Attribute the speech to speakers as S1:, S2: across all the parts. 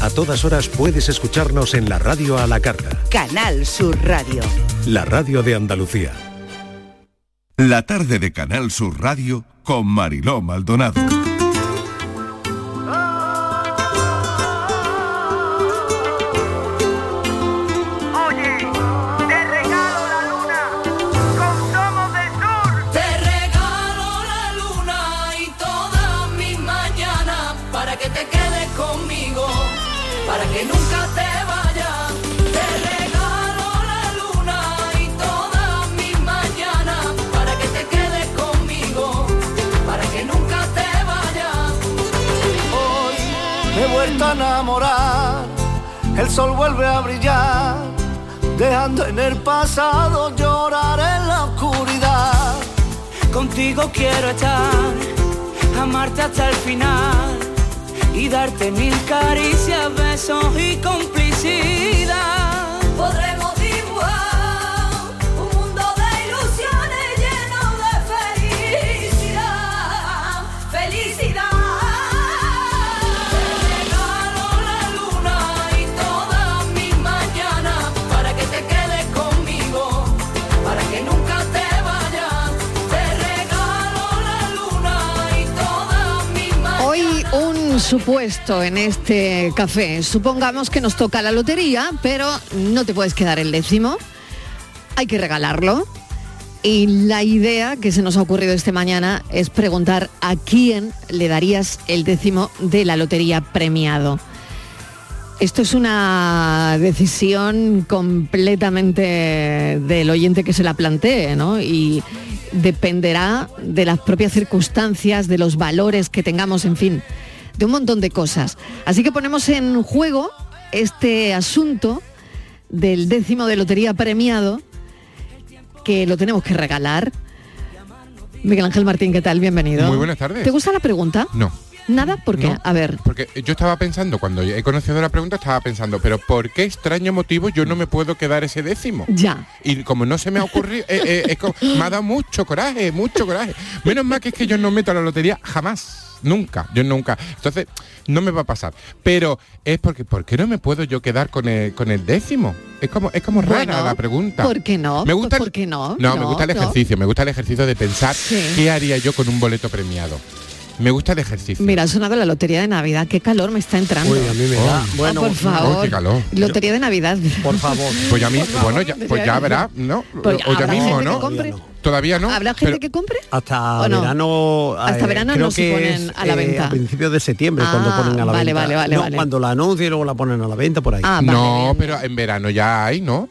S1: A todas horas puedes escucharnos en la radio a la carta,
S2: Canal Sur Radio.
S1: la radio de Andalucía.
S3: La tarde de Canal Sur Radio con Mariló Maldonado.
S4: Oye, te regalo la luna con Somos del Sur.
S5: Te regalo la luna y toda mi mañana para que te quedes conmigo, para que nunca te vayas. Te regalo la luna y toda mi mañana para que te quedes conmigo, para que nunca te vayas.
S6: Hoy me he vuelto a enamorar, el sol vuelve a brillar, dejando en el pasado llorar en la oscuridad.
S7: Contigo quiero estar, amarte hasta el final y darte mil caricias, besos y complicidad.
S5: Podremos dibujar un mundo de ilusiones lleno de felicidad, felicidad. Te regalo la luna y toda mi mañana para que te quedes conmigo, para que nunca te vayas. Te regalo la luna y toda mi mañana.
S8: Hoy un supuesto en este café. Supongamos que nos toca la lotería, pero no te puedes quedar el décimo. Hay que regalarlo. Y la idea que se nos ha ocurrido este mañana es preguntar a quién le darías el décimo de la lotería premiado. Esto es una decisión completamente del oyente que se la plantee, ¿no? Y dependerá de las propias circunstancias, de los valores que tengamos, en fin, de un montón de cosas. Así que ponemos en juego este asunto del décimo de lotería premiado que lo tenemos que regalar. Miguel Ángel Martín, ¿qué tal? Bienvenido.
S9: Muy buenas tardes.
S8: ¿Te gusta la pregunta?
S9: No.
S8: Nada, porque,
S9: No.
S8: a ver,
S9: Porque yo estaba pensando, cuando he conocido la pregunta, estaba pensando, pero ¿por qué extraño motivo yo no me puedo quedar ese décimo?
S8: ya.
S9: Y como no se me ha ocurrido, eh, eh, es como- me ha dado mucho coraje, mucho coraje. Menos mal que es que yo no meto a la lotería jamás, nunca, yo nunca. Entonces, no me va a pasar. Pero es porque, ¿por qué no me puedo yo quedar con el, con el décimo? Es como, es como rara
S8: Bueno,
S9: la pregunta.
S8: ¿Por qué no?
S9: Me gusta el-
S8: ¿Por qué no?
S9: No, me gusta el ejercicio, me gusta el ejercicio de pensar
S8: Sí.
S9: qué haría yo con un boleto premiado. Me gusta el ejercicio.
S8: Mira, ha sonado la lotería de Navidad. Qué calor me está entrando.
S9: Uy, a mí me da.
S8: Ah,
S9: Bueno,
S8: por favor.
S9: uy, Oh. qué calor.
S8: Lotería de Navidad. Por favor.
S9: Pues ya, mi- bueno, ya, pues ya verá, ¿no?
S8: Pues
S9: o ya
S8: habrá
S9: mismo,
S8: gente que
S9: ¿no?
S8: compre.
S9: Todavía no.
S8: ¿Habrá gente que compre?
S10: Hasta
S8: ¿O no?
S10: verano. eh,
S8: Hasta verano
S10: creo
S8: no se
S10: que
S8: ponen
S10: es,
S8: a la
S10: eh,
S8: venta.
S10: a principios de septiembre cuando
S8: Ah,
S10: ponen a la
S8: vale,
S10: venta.
S8: vale, vale,
S10: No,
S8: vale.
S10: cuando la anuncian y luego la ponen a la venta por ahí.
S8: Ah,
S9: no, pero en verano ya hay, ¿no?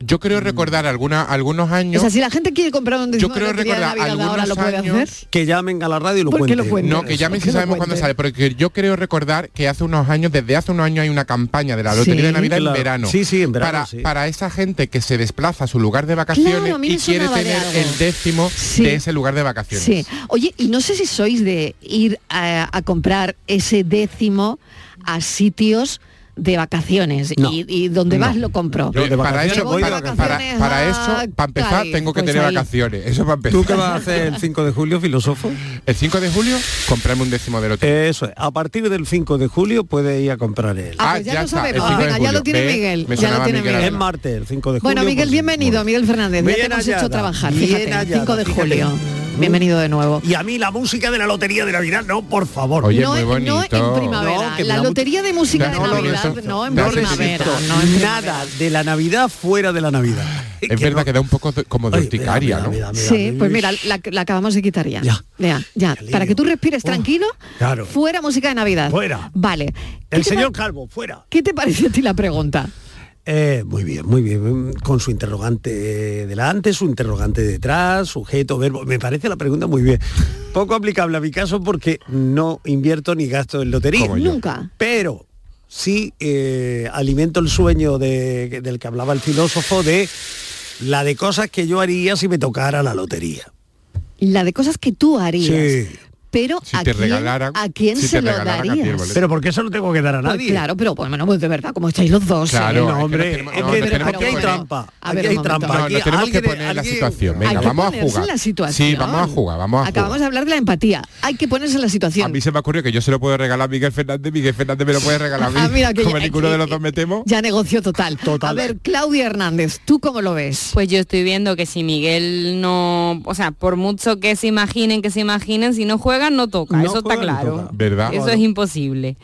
S9: Yo creo recordar alguna, algunos
S8: O
S9: años.
S8: sea, si Mm. la gente quiere comprar un
S9: yo
S8: décimo de
S9: creo
S8: lotería de
S9: recordar
S8: Navidad
S9: algunos
S8: ahora, ¿lo puede
S9: años
S8: hacer?
S10: Que llamen a la radio y lo
S8: ¿Por qué
S10: cuenten.
S8: lo cuenten?
S9: No, que llamen si sabemos cuándo sale, porque yo creo recordar que hace unos años, desde hace unos años hay una campaña de la Lotería
S10: Sí,
S9: de Navidad
S10: claro.
S9: en verano.
S10: Sí, sí, en verano,
S9: Para,
S10: sí.
S9: para esa gente que se desplaza a su lugar de vacaciones
S8: Claro, a mí me
S9: y quiere
S8: sonaba de
S9: tener
S8: algo.
S9: el décimo de ese lugar de vacaciones.
S8: Sí. Oye, y no sé si sois de ir a, a comprar ese décimo a sitios de vacaciones
S9: No.
S8: y, y donde
S9: No.
S8: vas lo compro.
S9: Yo para
S10: vacaciones
S9: eso,
S10: voy de
S9: para, para-
S8: vacaciones
S9: para
S8: a
S9: eso, para empezar,
S8: Cádiz,
S9: tengo que
S8: pues
S9: tener
S8: ahí.
S9: vacaciones. Eso para empezar.
S10: ¿Tú qué vas a hacer el 5 de julio, filósofo?
S9: El 5 de julio, comprarme un décimo de lotería.
S10: Eso es. A partir del 5 de julio puede ir a comprar él.
S8: Ah, pues ya lo
S9: está, el
S8: sabemos.
S9: 5 de
S8: Venga, ya lo
S9: julio.
S8: tiene
S9: Ve,
S8: Miguel.
S9: me
S8: Ya lo
S9: sonaba
S8: tiene
S9: Miguel
S8: Miguel.
S10: Es martes, el 5 de julio.
S8: Bueno, Miguel,
S10: pues,
S8: bienvenido, Miguel Fernández. ya
S10: Bien
S8: te hemos
S10: hallada,
S8: hecho trabajar,
S10: bien
S8: fíjate, el
S10: hallada,
S8: 5 de
S10: fíjate. Mm.
S8: julio. Bienvenido de nuevo.
S10: pues, Y a mí la música de la lotería de Navidad, no, por favor.
S9: Oye,
S8: no,
S9: muy
S8: en- no
S9: bonito.
S8: en primavera.
S10: No, que me
S8: la
S10: da mucho-
S8: lotería de música de
S9: No, no,
S8: Navidad,
S9: eso-
S8: no, en
S9: no,
S8: primavera.
S9: eso-
S8: No, en primavera.
S10: Nada de la Navidad fuera de la Navidad.
S9: Es verdad que da un poco de- como de urticaria, ¿no?
S8: Sí, pues mira, la, la acabamos de quitar ya. Ya,
S10: Ya.
S8: ya. Para que tú respires tranquilo,
S10: claro.
S8: fuera música de Navidad.
S10: Fuera.
S8: Vale. ¿Qué
S10: El
S8: te
S10: señor
S8: pa-
S10: Calvo, fuera.
S8: ¿Qué te parece a ti la pregunta?
S10: Eh, muy bien, muy bien. Con su interrogante eh, delante, su interrogante detrás, sujeto, verbo. Me parece la pregunta muy bien. Poco aplicable a mi caso porque no invierto ni gasto en lotería.
S9: Como yo.
S8: Nunca.
S10: Pero sí eh, alimento el sueño de- del que hablaba el filósofo de la de cosas que yo haría si me tocara la lotería.
S8: La de cosas que tú harías.
S10: Sí.
S8: pero
S9: Si
S8: ¿a,
S9: te
S8: quién,
S9: regalaran-
S8: ¿a quién
S9: si
S8: se
S9: te
S8: lo
S9: regalaran a ti el
S8: darías?
S9: boleto.
S10: Pero porque eso no tengo que dar a
S8: Pues
S10: nadie.
S8: claro, pero bueno, pues de verdad, como estáis los dos.
S9: Claro,
S8: ¿eh?
S9: es que
S10: No, hombre,
S9: nos
S10: es
S9: tenemos-
S10: que
S9: no, nos tenemos
S10: aquí hay
S9: que poner-
S10: trampa.
S8: A
S10: Aquí
S8: ver, un
S10: hay
S8: momento.
S10: trampa.
S9: No,
S10: aquí
S9: nos tenemos que
S10: alguien-
S9: poner en la
S10: alguien-
S9: situación. Venga,
S8: Hay que
S9: vamos a
S8: ponerse en
S9: jugar.
S8: la situación.
S9: Sí, vamos a jugar, vamos a jugar.
S8: Acabamos de hablar de la empatía. Hay que ponerse en la
S9: A
S8: situación.
S9: mí se me ha ocurrido que yo se lo puedo regalar a Miguel Fernández, Miguel Fernández me lo puede regalar a mí.
S8: Ah, mira, que
S9: Como
S8: ya-
S9: ninguno
S8: que-
S9: de los dos metemos.
S8: Ya negocio total.
S10: Total.
S8: A ver, Claudia Hernández, ¿tú cómo lo ves?
S2: Pues yo estoy viendo que si Miguel no, o sea, por mucho que se imaginen, que se imaginen, si no juegan no toca,
S10: No
S2: eso está
S10: juegan, no
S2: claro.
S10: toca.
S9: ¿Verdad?
S2: Eso es imposible.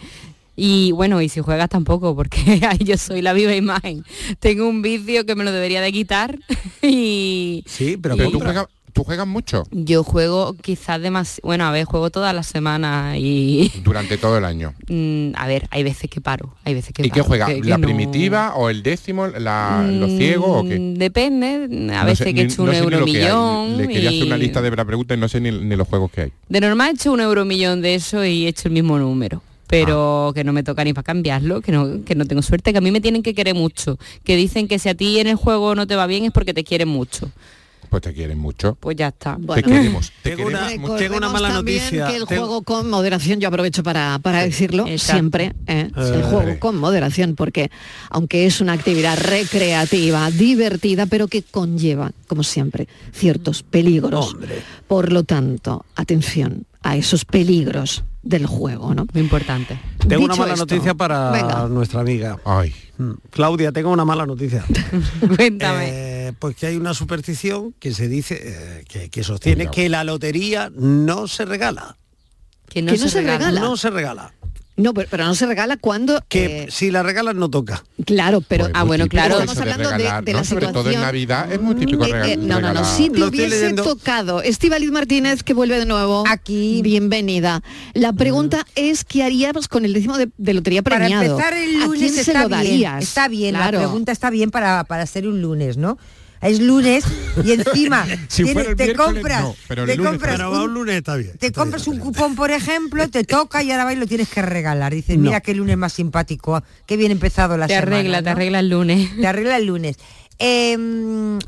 S2: Y bueno, y si juegas tampoco, porque ay, yo soy la viva imagen. Tengo un vicio que me lo debería de quitar y
S10: Sí, pero,
S9: Pero tú
S10: compra.
S9: juegas, tú juegas mucho
S2: yo juego quizás demasiado, bueno, a ver, juego todas las semanas y
S9: durante todo el año.
S2: mm, a ver, hay veces que paro, hay veces que
S9: ¿Y qué
S2: paro,
S9: juegas?
S2: que- que
S9: ¿La
S2: no.
S9: primitiva o el décimo? La, ¿Lo ciego o qué?
S2: Mm, Depende, a
S9: No
S2: veces
S9: sé,
S2: que he
S9: ni-
S2: hecho
S9: no sé
S2: un
S9: ni
S2: euro
S9: lo que hay.
S2: millón.
S9: Le quería hacer una
S2: y-
S9: lista de la pregunta y no sé ni, ni los juegos que hay.
S2: De normal he hecho un euro millón de eso y he hecho el mismo número. Pero
S9: Ah.
S2: que no me toca ni para cambiarlo, que no, que no tengo suerte, que a mí me tienen que querer mucho. Que dicen que si a ti en el juego no te va bien es porque te quieren mucho.
S9: Pues te quieren mucho.
S2: Pues ya está.
S8: Bueno.
S9: te queremos. Te
S10: Tengo una-
S9: queremos mucho.
S8: Recordemos
S10: una mala
S8: también
S10: noticia.
S8: que el
S10: Tengo-
S8: juego con moderación, yo aprovecho para, para decirlo
S2: Exacto.
S8: siempre, ¿eh? el
S10: Siempre.
S8: juego con moderación, porque aunque es una actividad recreativa, divertida, pero que conlleva, como siempre, ciertos peligros.
S10: Hombre.
S8: Por lo tanto, atención a esos peligros del juego, ¿no?
S2: Muy importante.
S10: Tengo una
S8: Dicho
S10: mala
S8: esto,
S10: noticia para
S8: venga.
S10: nuestra amiga.
S9: Ay,
S10: Mm, Claudia, tengo una mala noticia.
S2: Cuéntame.
S10: Eh, pues que hay una superstición que se dice, eh, que, que sostiene
S9: Cuidado.
S10: que la lotería no se regala.
S2: que no,
S8: que
S2: se,
S8: no se
S2: regala.
S8: regala.
S10: No se regala.
S8: No, pero, pero no se regala cuando...
S10: Que
S8: eh,
S10: si la regalas no toca.
S8: claro, pero...
S9: pues
S2: ah,
S9: muy
S2: bueno,
S9: típico
S2: claro.
S9: eso
S8: Estamos hablando de-
S9: regalar,
S8: de la
S9: ¿no? Sobre todo en
S8: situación-
S9: Navidad es muy típico
S8: Eh, eh,
S9: regalar.
S8: no, no, no, si te
S10: Lo estoy
S8: hubiese
S10: leyendo.
S8: tocado. Estivaliz Martínez, que vuelve de nuevo.
S11: Aquí. Mm.
S8: Bienvenida. La pregunta es, ¿qué haríamos con el décimo de, de lotería
S11: Para
S8: premiado?
S11: empezar el
S8: ¿A quién
S11: lunes
S8: se
S11: está
S8: lo
S11: bien,
S8: darías?
S11: está bien,
S8: Claro.
S11: la pregunta está bien para, para ser un lunes, ¿no? Es lunes y encima
S9: Si
S11: tienes-
S9: fuera el
S11: te
S9: miércoles,
S11: compras,
S9: no, pero el
S11: te
S9: lunes
S11: compras
S9: no.
S11: un-
S10: lunes está bien.
S11: te compras un cupón, por ejemplo, te toca y ahora va y lo tienes que regalar. Dices, mira qué lunes más simpático, ah, qué bien empezado la
S2: Te
S11: semana.
S2: arregla, te
S11: ¿no?
S2: arregla el lunes.
S11: Te arregla el lunes. Eh,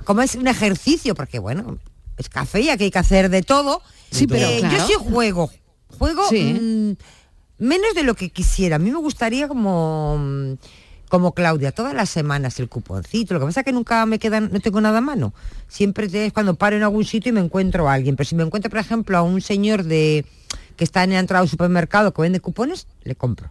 S11: como es un ejercicio, porque bueno, es café y aquí hay que hacer de todo.
S8: Sí, pero
S11: Eh,
S8: claro.
S11: Yo sí juego. Juego
S8: Sí.
S11: mm, menos de lo que quisiera. A mí me gustaría como... mm, Como Claudia, todas las semanas el cuponcito. Lo que pasa es que nunca me quedan, no tengo nada a mano. Siempre te- es cuando paro en algún sitio y me encuentro a alguien. Pero si me encuentro, por ejemplo, a un señor de que está en la entrada de un supermercado que vende cupones, le compro.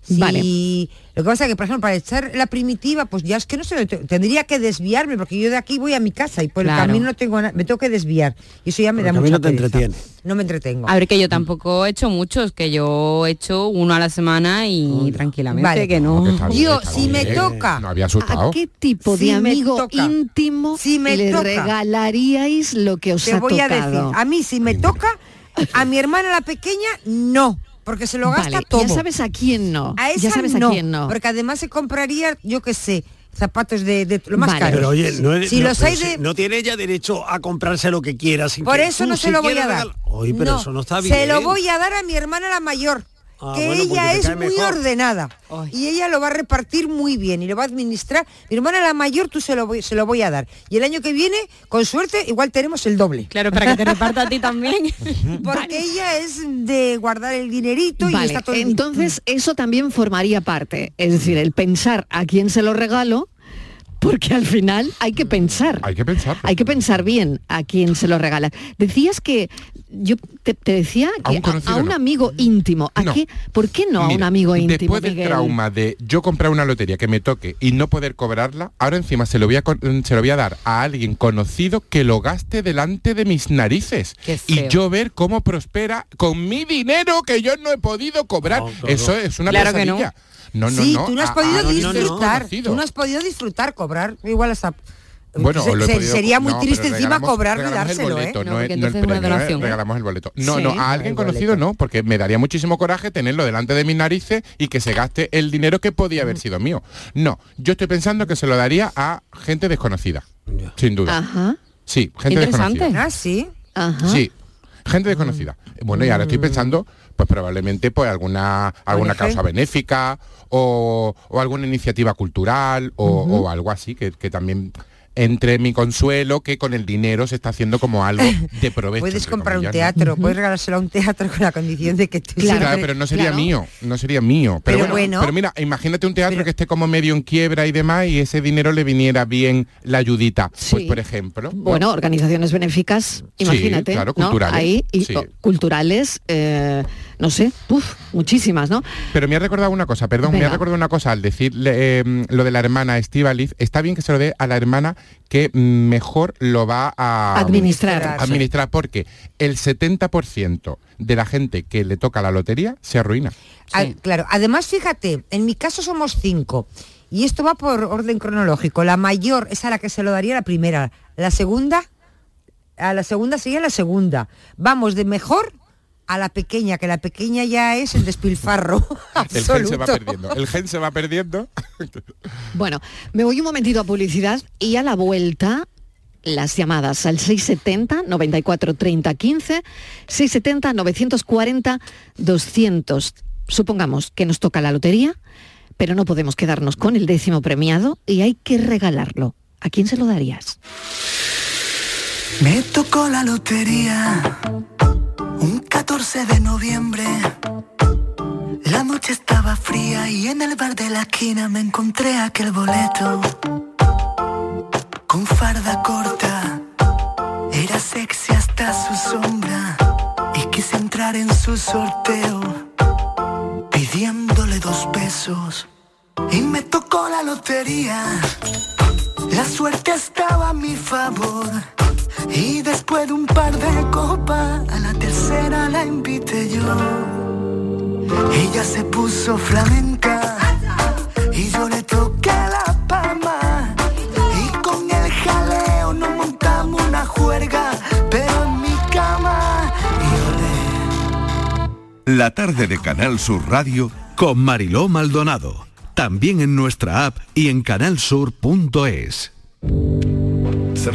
S11: Sí,
S8: Vale.
S11: Lo que pasa es que, por ejemplo, para echar la primitiva, pues ya es que no sé, te- tendría que desviarme, porque yo de aquí voy a mi casa y por
S2: Claro.
S11: el camino no tengo nada, me tengo que desviar. Y eso ya me
S10: Por el
S11: da
S10: camino
S11: mucha
S10: te
S11: pereza.
S10: entretiene.
S11: No me entretengo.
S2: A ver, que yo tampoco he hecho muchos, que yo he hecho uno a la semana y tranquilamente
S11: Vale.
S2: que
S9: No,
S2: no.
S9: que está bien,
S11: Yo,
S9: está
S11: si me
S9: bien.
S11: toca-
S9: No había
S8: ¿A
S9: asustado.
S8: qué tipo
S11: Si
S8: de
S11: me
S8: amigo
S11: toca.
S8: íntimo
S11: Si me
S8: le
S11: toca.
S8: regalaríais lo que os
S11: Te
S8: ha
S11: voy a decir,
S8: tocado?
S11: a mí si me toca, a mi hermana la pequeña, no, porque se lo gasta
S8: Vale,
S11: todo.
S8: ya sabes a quién no.
S11: a esa
S8: ya sabes
S11: no,
S8: a quién no.
S11: porque además se compraría, yo qué sé, zapatos de, de lo más
S8: Vale.
S11: caro.
S10: Pero oye, no, eres-
S11: si
S10: no,
S11: los
S10: pero
S11: hay
S10: si-
S11: de
S10: no tiene ella derecho a comprarse lo que quiera. sin
S11: Por
S10: que
S11: eso
S10: tú,
S11: no se
S10: si
S11: lo voy
S10: quieres
S11: a dar.
S10: regalar- Oye, pero eso no está bien. ¿eh?
S11: Se lo voy a dar a mi hermana la mayor.
S10: Ah,
S11: que
S10: bueno, porque
S11: ella
S10: te
S11: es
S10: cae
S11: muy
S10: mejor.
S11: ordenada
S2: Ay.
S11: y ella lo va a repartir muy bien y lo va a administrar. Mi hermana la mayor, tú se lo voy, se lo voy a dar. Y el año que viene, con suerte, igual tenemos el doble.
S2: Claro, para que te reparta a ti también.
S11: Porque ella es de guardar el dinerito y
S8: Vale,
S11: está todo el-
S8: entonces eso también formaría parte, es decir, el pensar a quién se lo regalo, porque al final hay que pensar.
S9: Hay que pensar.
S8: Hay que pensar bien a quién se lo regala. Decías que, yo te, te decía
S9: A
S8: que
S9: un conocido
S8: un
S9: no.
S8: amigo íntimo. ¿A
S9: No.
S8: qué? ¿Por qué no a un
S9: Mira,
S8: amigo íntimo?
S9: Después del
S8: Miguel?
S9: trauma de yo comprar una lotería que me toque y no poder cobrarla, ahora encima se lo voy a, co- mm, se lo voy a dar a alguien conocido que lo gaste delante de mis narices.
S2: Qué
S9: Y
S2: feo.
S9: yo ver cómo prospera con mi dinero que yo no he podido cobrar.
S10: No, claro.
S9: Eso es una
S2: Claro que
S9: pesadilla. No, no,
S11: sí,
S9: no.
S11: tú no has
S9: a-
S11: podido
S9: a- no, no, no,
S11: disfrutar.
S9: conocido.
S11: tú no has podido disfrutar, cobrar igual hasta...
S9: Bueno,
S11: Se-
S9: o lo he
S11: se-
S9: podido-
S11: sería muy
S9: no, pero
S11: triste encima
S9: regalamos-
S11: cobrarlo y
S9: regalamos el
S11: dárselo, ¿eh?
S9: boleto,
S2: No,
S9: No,
S2: porque
S9: es- no el
S2: entonces es una
S9: premio, ¿eh?
S2: donación.
S9: regalamos el boleto. No,
S8: Sí.
S9: no, a alguien conocido no, porque me daría muchísimo coraje tenerlo delante de mis narices y que se gaste el dinero que podía haber sido mío. No, yo estoy pensando que se lo daría a gente desconocida, sin duda.
S8: Ajá,
S9: Sí, gente
S2: Ah. Interesante.
S9: desconocida.
S11: Ah, Mm. sí.
S8: ajá.
S9: Sí, gente desconocida. Bueno, y ahora estoy pensando, pues probablemente pues alguna alguna
S11: ONG.
S9: causa benéfica o, o alguna iniciativa cultural o, o algo así que, que también entre mi consuelo que con el dinero se está haciendo como algo de provecho.
S11: Puedes
S9: entre
S11: comprar un
S9: comillas, ¿no?
S11: teatro, puedes regalárselo a un teatro con la condición de que tú
S9: Sí, claro, pero no sería
S11: claro.
S9: mío, no sería mío. Pero, bueno,
S11: Pero bueno.
S9: pero mira, imagínate un teatro que esté como medio en quiebra y demás y ese dinero le viniera bien la ayudita, pues por ejemplo.
S8: Bueno, organizaciones benéficas, imagínate,
S9: claro,
S8: ¿no?
S9: culturales,
S8: Ahí, y,
S9: sí.
S8: o, culturales, eh, no sé, uf, muchísimas, ¿no?
S9: Pero me ha recordado una cosa, perdón, me
S8: Venga.
S9: ha recordado una cosa al decir le- eh, lo de la hermana Estivaliz, está bien que se lo dé a la hermana que mm, mejor lo va a
S8: Administrar.
S9: administrar porque el 70% de la gente que le toca la lotería se arruina.
S11: A- Ah, claro, además fíjate, en mi caso somos cinco y esto va por orden cronológico. La mayor es a la que se lo daría la primera, la segunda a la segunda sería la segunda. Vamos de mejor a la pequeña, que la pequeña ya es el despilfarro
S9: El gen se va
S11: absoluto.
S9: perdiendo. El gen se va perdiendo.
S8: Bueno, me voy un momentito a publicidad y a la vuelta las llamadas al 670 94 30 15 670 940 200. Supongamos que nos toca la lotería, pero no podemos quedarnos con el décimo premiado y hay que regalarlo. ¿A quién se lo darías?
S12: Me tocó la lotería un 14 de noviembre. La noche estaba fría y en el bar de la esquina me encontré aquel boleto. Con farda corta, era sexy hasta su sombra y quise entrar en su sorteo pidiéndole dos pesos. Y me tocó la lotería, la suerte estaba a mi favor. Y después de un par de copas, a la tercera la invité yo. Ella se puso flamenca y yo le toqué la palma. Y con el jaleo nos montamos una juerga, pero en mi cama.
S13: La tarde de Canal Sur Radio con Mariló Maldonado. También en nuestra app y en canalsur.es.
S14: Ser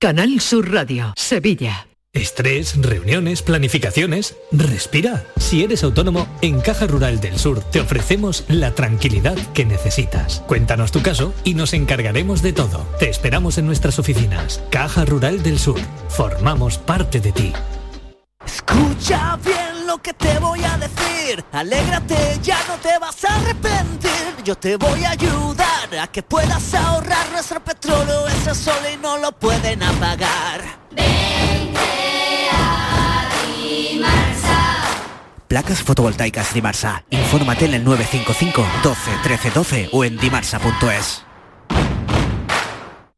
S15: Canal Sur Radio, Sevilla.
S16: Estrés, reuniones, planificaciones. Respira. Si eres autónomo, en Caja Rural del Sur te ofrecemos la tranquilidad que necesitas. Cuéntanos tu caso y nos encargaremos de todo. Te esperamos en nuestras oficinas. Caja Rural del Sur. Formamos parte de ti.
S17: Escucha bien lo que te voy a decir. Alégrate, ya no te vas a arrepentir. Yo te voy a ayudar a que puedas ahorrar nuestro petróleo. Ese sol y no lo pueden apagar.
S18: Placas fotovoltaicas Dimarsa. Infórmate en el 955 12 13 12 o en dimarsa.es.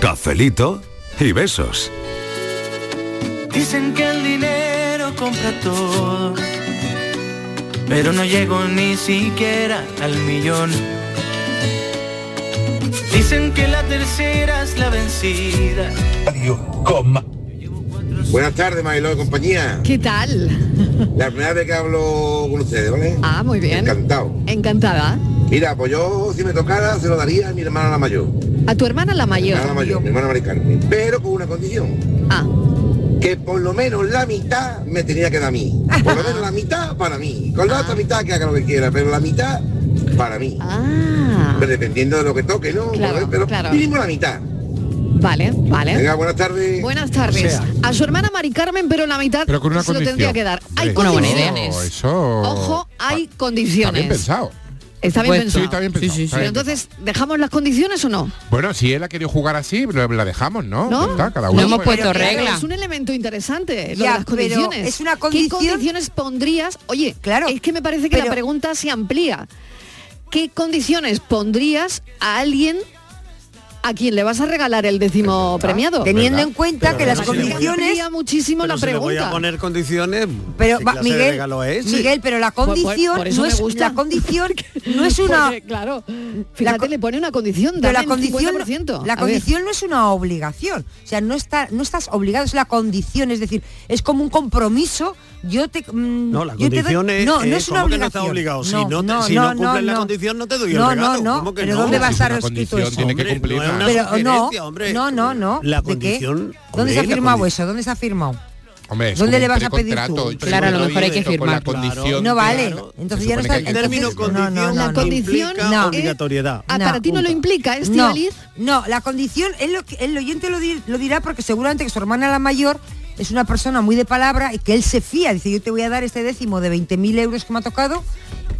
S3: Cafelito y besos.
S19: Dicen que el dinero compra todo, pero no llego ni siquiera al millón. Dicen que la tercera es la vencida.
S20: Buenas tardes, Mariló de compañía.
S8: ¿Qué tal?
S20: La primera vez que hablo con ustedes, ¿vale?
S8: Ah, muy bien.
S20: Encantado.
S8: Encantada.
S20: Mira, pues yo si me tocara se lo daría a mi hermana la mayor.
S8: A tu hermana la
S20: Mi
S8: mayor.
S20: hermana mayor, mi hermana Mari Carmen. Pero con una condición.
S8: Ah.
S20: Que por lo menos la mitad me tenía que dar a mí. Por lo menos la mitad para mí. Con
S8: Ah.
S20: la otra mitad que haga lo que quiera, pero la mitad para mí. Pero dependiendo de lo que toque, ¿no?
S8: Ah. Claro,
S20: pero
S8: claro.
S20: mínimo la mitad.
S8: Vale, vale.
S20: Venga, buenas tardes.
S8: Buenas tardes.
S20: O sea.
S8: a su hermana Mari Carmen, pero la mitad
S9: Pero con una
S8: se lo
S9: condición.
S8: tendría que dar. Hay
S9: Hombre,
S8: condiciones.
S9: eso, eso-
S8: Ojo, hay condiciones.
S9: Está bien pensado.
S8: Está bien
S9: Pues-
S8: pensado.
S9: Sí, está bien pensado, está
S8: Pero
S9: bien
S8: entonces, ¿dejamos las condiciones o no?
S9: Bueno, si él ha querido jugar así, la la dejamos, ¿no?
S8: ¿No?
S9: Ya está, cada uno juega.
S8: Es un elemento interesante, lo
S11: Ya,
S8: de las
S11: pero
S8: condiciones.
S11: es una
S8: ¿Qué condiciones pondrías? Oye, claro, es que me parece que la
S11: pero-
S8: pregunta se amplía. ¿Qué condiciones pondrías a alguien a quien le vas a regalar el décimo premiado?
S11: Teniendo en cuenta que las condiciones...
S8: Cambia muchísimo la
S10: Pero si le voy a
S8: pregunta.
S10: poner condiciones.
S11: Pero
S10: ¿qué
S11: va,
S10: clase de
S11: Miguel,
S10: regalo es ese?
S11: Miguel, pero la
S8: Por- por-
S11: condición
S8: Pues, por eso
S11: no
S8: me
S11: es
S8: gusta.
S11: la condición no es una
S8: Porque, claro, fíjate, le pone una condición,
S11: pero la
S8: dame el
S11: condición
S8: 50%.
S11: la
S8: A ver.
S11: condición no es una obligación, o sea, no está no estás obligado, es la condición, es decir, es como un compromiso. Yo te mm,
S10: No, la
S11: yo te doy-
S10: condición es-
S11: no, no
S10: es
S11: es una
S10: como que
S11: obligación.
S10: no estás obligado. Si no te- si no cumples la condición, no te doy el
S11: no, No,
S10: regalo.
S11: no,
S10: ¿Cómo que
S11: pero
S10: no?
S11: ¿dónde
S10: Si
S11: va a
S10: es
S11: estar
S10: una
S11: escrito
S10: condición,
S11: eso?
S10: tiene que Hombre, cumplir no es la- una
S11: Pero no,
S10: sugerencia, hombre.
S11: no, no, no.
S10: La
S11: ¿De qué?
S10: condición,
S11: ¿Dónde se ha
S10: hombre, la
S11: firmado
S10: condi-
S11: eso? ¿Dónde se ha firmado?
S9: Hombre, es
S11: ¿Dónde
S9: como
S11: le
S9: un
S11: vas a pedir
S9: Pues, precontrato,
S11: tú?
S9: yo Claro, a lo doy mejor hay que esto con la firmar. condición,
S11: No vale.
S9: claro.
S11: Entonces
S9: Se
S11: ya
S9: supone
S11: no está.
S9: que hay que
S11: entonces-
S9: término condición
S11: no, no,
S10: la
S11: no.
S10: condición implica
S11: no.
S10: obligatoriedad.
S8: Ah, para ti no lo implica, ¿eh,
S11: no,
S8: Estivaliz?
S11: no, la condición, es lo que, el oyente lo, di- lo dirá porque seguramente que su hermana la mayor es una persona muy de palabra y que él se fía. Dice, yo te voy a dar este décimo de 20.000 euros que me ha tocado